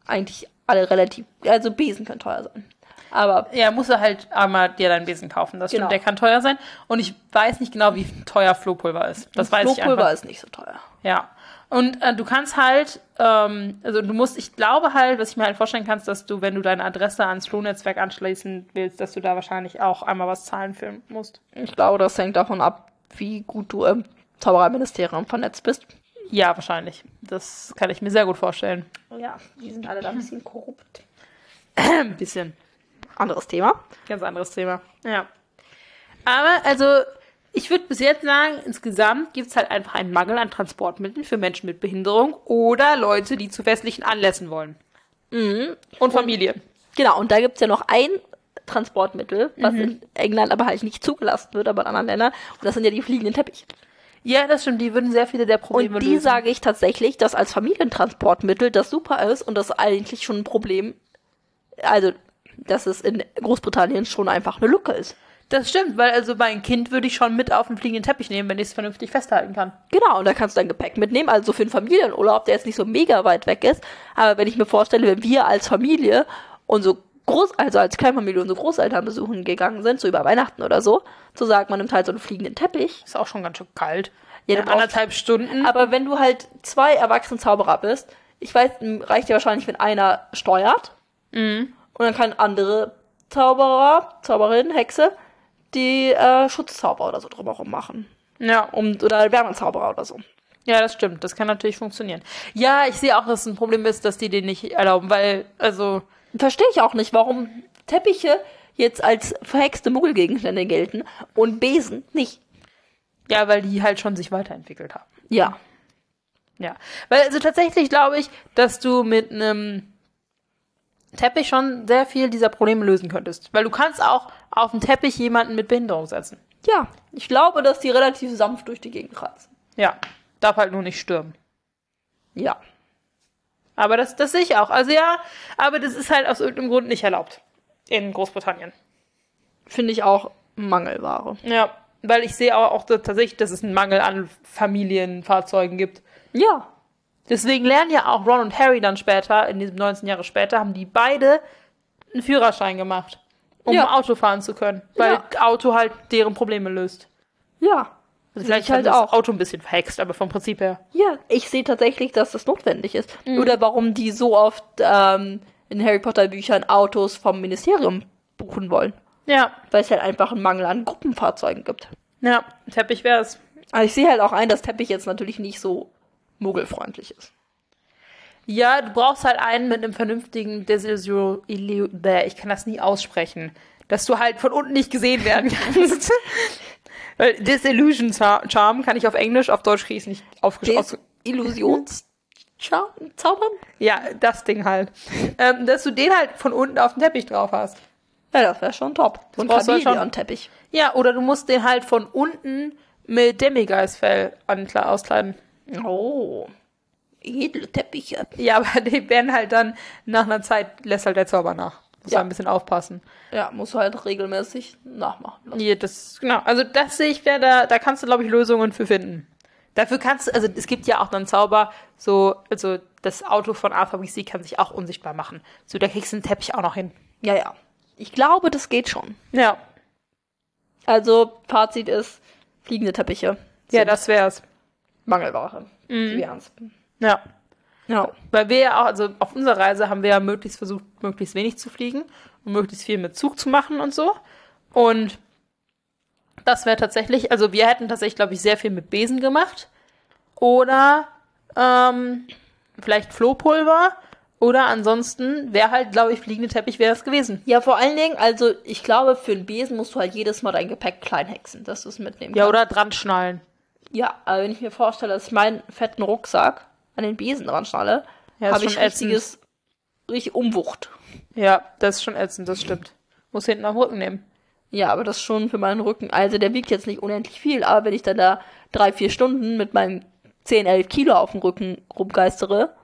[SPEAKER 2] Eigentlich alle relativ, also Besen können teuer sein. Aber
[SPEAKER 1] Ja, muss er halt einmal dir deinen Besen kaufen. Das
[SPEAKER 2] Genau.
[SPEAKER 1] stimmt, der kann teuer sein. Und ich weiß nicht genau, wie teuer Flohpulver ist. Das weiß ich
[SPEAKER 2] Flohpulver
[SPEAKER 1] einfach.
[SPEAKER 2] ist nicht so teuer.
[SPEAKER 1] Ja. Und äh, du kannst halt, ähm, also du musst, ich glaube halt, was ich mir halt vorstellen kannst, dass du, wenn du deine Adresse ans Flohnetzwerk anschließen willst, dass du da wahrscheinlich auch einmal was zahlen für musst.
[SPEAKER 2] Ich glaube, das hängt davon ab, wie gut du im Zaubereiministerium vernetzt bist.
[SPEAKER 1] Ja, wahrscheinlich. Das kann ich mir sehr gut vorstellen.
[SPEAKER 2] Oh Ja, die sind alle da ein bisschen korrupt.
[SPEAKER 1] Ein bisschen.
[SPEAKER 2] Anderes Thema.
[SPEAKER 1] Ganz anderes Thema. Ja. Aber also, ich würde bis jetzt sagen, insgesamt gibt es halt einfach einen Mangel an Transportmitteln für Menschen mit Behinderung oder Leute, die zu festlichen Anlässen wollen. Und Familien.
[SPEAKER 2] Genau, und da gibt es ja noch ein Transportmittel, was in England aber halt nicht zugelassen wird, aber in anderen Ländern. Und das sind ja die fliegenden Teppiche.
[SPEAKER 1] Ja, das stimmt. Die würden sehr viele der
[SPEAKER 2] Und
[SPEAKER 1] Probleme
[SPEAKER 2] die
[SPEAKER 1] lösen.
[SPEAKER 2] sage ich tatsächlich, dass als Familientransportmittel das super ist und das eigentlich schon ein Problem. Also, dass es in Großbritannien schon einfach eine Lücke ist.
[SPEAKER 1] das stimmt, weil also mein Kind würde ich schon mit auf den fliegenden Teppich nehmen, wenn ich es vernünftig festhalten kann.
[SPEAKER 2] Genau, und da kannst du dein Gepäck mitnehmen. Also für einen Familienurlaub, der jetzt nicht so mega weit weg ist. Aber wenn ich mir vorstelle, wenn wir als Familie und so groß, also als Kleinfamilie unsere Großeltern besuchen gegangen sind, so über Weihnachten oder so, so sagt man nimmt halt so einen fliegenden Teppich.
[SPEAKER 1] Ist auch schon ganz schön kalt.
[SPEAKER 2] Ja, du
[SPEAKER 1] In
[SPEAKER 2] brauchst-
[SPEAKER 1] anderthalb Stunden.
[SPEAKER 2] Aber wenn du halt zwei erwachsene Zauberer bist, ich weiß, m, reicht ja wahrscheinlich, wenn einer steuert. Und dann kann andere Zauberer, Zauberin, Hexe, die äh, Schutzzauber oder so drumherum machen.
[SPEAKER 1] ja,
[SPEAKER 2] Um, oder Wärmezauberer oder so.
[SPEAKER 1] Ja, das stimmt. Das kann natürlich funktionieren. Ja, ich sehe auch, dass es ein Problem ist, dass die den nicht erlauben, weil, also,
[SPEAKER 2] verstehe ich auch nicht, warum Teppiche jetzt als verhexte Muggelgegenstände gelten und Besen nicht.
[SPEAKER 1] ja, weil die halt schon sich weiterentwickelt haben.
[SPEAKER 2] Ja.
[SPEAKER 1] Ja. Weil, also tatsächlich glaube ich, dass du mit einem Teppich schon sehr viel dieser Probleme lösen könntest. Weil du kannst auch auf den Teppich jemanden mit Behinderung setzen.
[SPEAKER 2] Ja, ich glaube, dass die relativ sanft durch die Gegend reisen.
[SPEAKER 1] Ja. Darf halt nur nicht stürmen.
[SPEAKER 2] Ja.
[SPEAKER 1] Aber das, das sehe ich auch. Also ja, aber das ist halt aus irgendeinem Grund nicht erlaubt. In Großbritannien.
[SPEAKER 2] Finde ich auch Mangelware.
[SPEAKER 1] Ja. Weil ich sehe aber auch dass tatsächlich, dass es einen Mangel an Familienfahrzeugen gibt.
[SPEAKER 2] Ja.
[SPEAKER 1] Deswegen lernen ja auch Ron und Harry dann später, in diesem 19 Jahre später, haben die beide einen Führerschein gemacht, um
[SPEAKER 2] Ja.
[SPEAKER 1] Auto fahren zu können, weil Auto halt deren Probleme löst.
[SPEAKER 2] Ja.
[SPEAKER 1] Also
[SPEAKER 2] Sehe
[SPEAKER 1] vielleicht
[SPEAKER 2] ich halt
[SPEAKER 1] haben die das
[SPEAKER 2] auch.
[SPEAKER 1] Auto ein bisschen verhext, aber vom Prinzip her.
[SPEAKER 2] Ja. Ich sehe tatsächlich, dass das notwendig ist. Oder warum die so oft ähm, in Harry Potter Büchern Autos vom Ministerium buchen wollen.
[SPEAKER 1] Ja,
[SPEAKER 2] Weil es halt einfach einen Mangel an Gruppenfahrzeugen gibt.
[SPEAKER 1] ja, Teppich wär's.
[SPEAKER 2] Also ich sehe halt auch ein, dass Teppich jetzt natürlich nicht so mogelfreundlich ist.
[SPEAKER 1] Ja, du brauchst halt einen mit einem vernünftigen Desillusion. Ich kann das nie aussprechen. Dass du halt von unten nicht gesehen werden kannst. Weil Disillusion Char- Charm kann ich auf Englisch, auf Deutsch kriege ich es nicht aufgesprochen.
[SPEAKER 2] Illusionszaubern?
[SPEAKER 1] Ja, das Ding halt. Ähm, dass du den halt von unten auf den Teppich drauf hast.
[SPEAKER 2] Ja, das wäre schon top. So ein
[SPEAKER 1] brauchst du halt schon.
[SPEAKER 2] Chameleon-Teppich.
[SPEAKER 1] Ja, oder du musst den halt von unten mit Demigeist-Fell ankle- auskleiden.
[SPEAKER 2] Oh. Edle Teppiche.
[SPEAKER 1] Ja, aber die werden halt dann nach einer Zeit, lässt halt der Zauber nach. Muss
[SPEAKER 2] Ja.
[SPEAKER 1] ja. ein bisschen aufpassen.
[SPEAKER 2] Ja, muss halt regelmäßig nachmachen. lassen.
[SPEAKER 1] Ja, das, genau. Also das sehe ich, wer da, da kannst du, glaube ich, Lösungen für finden. Dafür kannst du, also es gibt ja auch dann Zauber, so, also das Auto von Arthur Weasley kann sich auch unsichtbar machen. So, da kriegst du den Teppich auch noch hin.
[SPEAKER 2] Ja, ja. Ich glaube, das geht schon.
[SPEAKER 1] Ja,
[SPEAKER 2] Also, Fazit ist, fliegende Teppiche.
[SPEAKER 1] ja,
[SPEAKER 2] sind
[SPEAKER 1] das wär's.
[SPEAKER 2] Mangelware. Mhm.
[SPEAKER 1] Ja.
[SPEAKER 2] Ja.
[SPEAKER 1] Weil wir ja auch, also auf unserer Reise haben wir ja möglichst versucht, möglichst wenig zu fliegen und möglichst viel mit Zug zu machen und so. Und das wäre tatsächlich, also wir hätten tatsächlich, glaube ich, sehr viel mit Besen gemacht. Oder ähm, vielleicht Flohpulver. Oder ansonsten wäre halt, glaube ich, fliegende Teppich wäre es gewesen.
[SPEAKER 2] Ja, vor allen Dingen, also ich glaube, für einen Besen musst du halt jedes Mal dein Gepäck kleinhexen, dass du es mitnehmen
[SPEAKER 1] Ja,
[SPEAKER 2] kannst.
[SPEAKER 1] oder dran schnallen.
[SPEAKER 2] Ja, aber wenn ich mir vorstelle, dass ich meinen fetten Rucksack an den Besen dran schnalle,
[SPEAKER 1] Ja, ist
[SPEAKER 2] habe ich
[SPEAKER 1] schon ätzend.
[SPEAKER 2] richtiges, richtig Umwucht.
[SPEAKER 1] Ja, das ist schon ätzend, das stimmt. Muss hinten am Rücken nehmen.
[SPEAKER 2] Ja, aber das schon für meinen Rücken. Also der wiegt jetzt nicht unendlich viel, aber wenn ich dann da drei, vier Stunden mit meinem 10, 11 Kilo auf dem Rücken rumgeistere,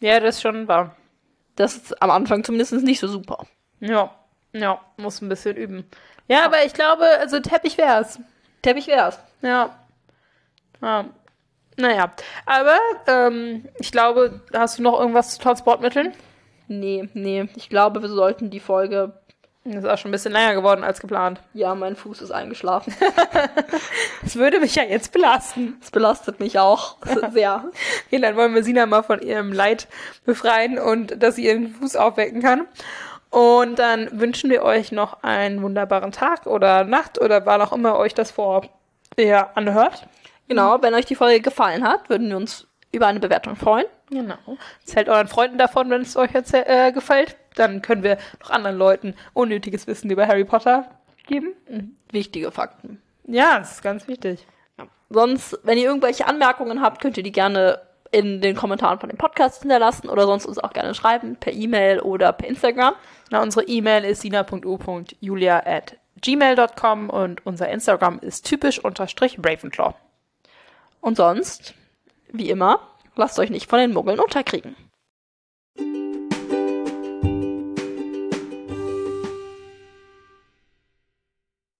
[SPEAKER 1] Ja, das ist schon warm.
[SPEAKER 2] das ist am Anfang zumindest nicht so super.
[SPEAKER 1] Ja, ja, muss ein bisschen üben. Ja, aber ich glaube, also Teppich wär's.
[SPEAKER 2] Teppich wär's.
[SPEAKER 1] Ja. ja. Naja, aber ähm, ich glaube, hast du noch irgendwas zu Transportmitteln?
[SPEAKER 2] Nee, nee, ich glaube, wir sollten die Folge.
[SPEAKER 1] Das ist auch schon ein bisschen länger geworden als geplant.
[SPEAKER 2] Ja, mein Fuß ist eingeschlafen.
[SPEAKER 1] Das würde mich ja jetzt belasten.
[SPEAKER 2] Das belastet mich auch sehr.
[SPEAKER 1] Okay, dann wollen wir Sina mal von ihrem Leid befreien und dass sie ihren Fuß aufwecken kann. Und dann wünschen wir euch noch einen wunderbaren Tag oder Nacht oder wann auch immer euch das vor ja, anhört.
[SPEAKER 2] Genau, wenn euch die Folge gefallen hat, würden wir uns über eine Bewertung freuen.
[SPEAKER 1] Genau. Erzählt euren Freunden davon, wenn es euch erzäh- äh, gefällt. Dann können wir noch anderen Leuten unnötiges Wissen über Harry Potter geben.
[SPEAKER 2] Wichtige Fakten.
[SPEAKER 1] Ja, das ist ganz wichtig.
[SPEAKER 2] Sonst, wenn ihr irgendwelche Anmerkungen habt, könnt ihr die gerne in den Kommentaren von dem Podcast hinterlassen oder sonst uns auch gerne schreiben, per E-Mail oder per Instagram.
[SPEAKER 1] Na, unsere E-Mail ist sina.u.julia at gmail.com und unser Instagram ist typisch unterstrich Ravenclaw.
[SPEAKER 2] Und sonst, wie immer, lasst euch nicht von den Muggeln unterkriegen.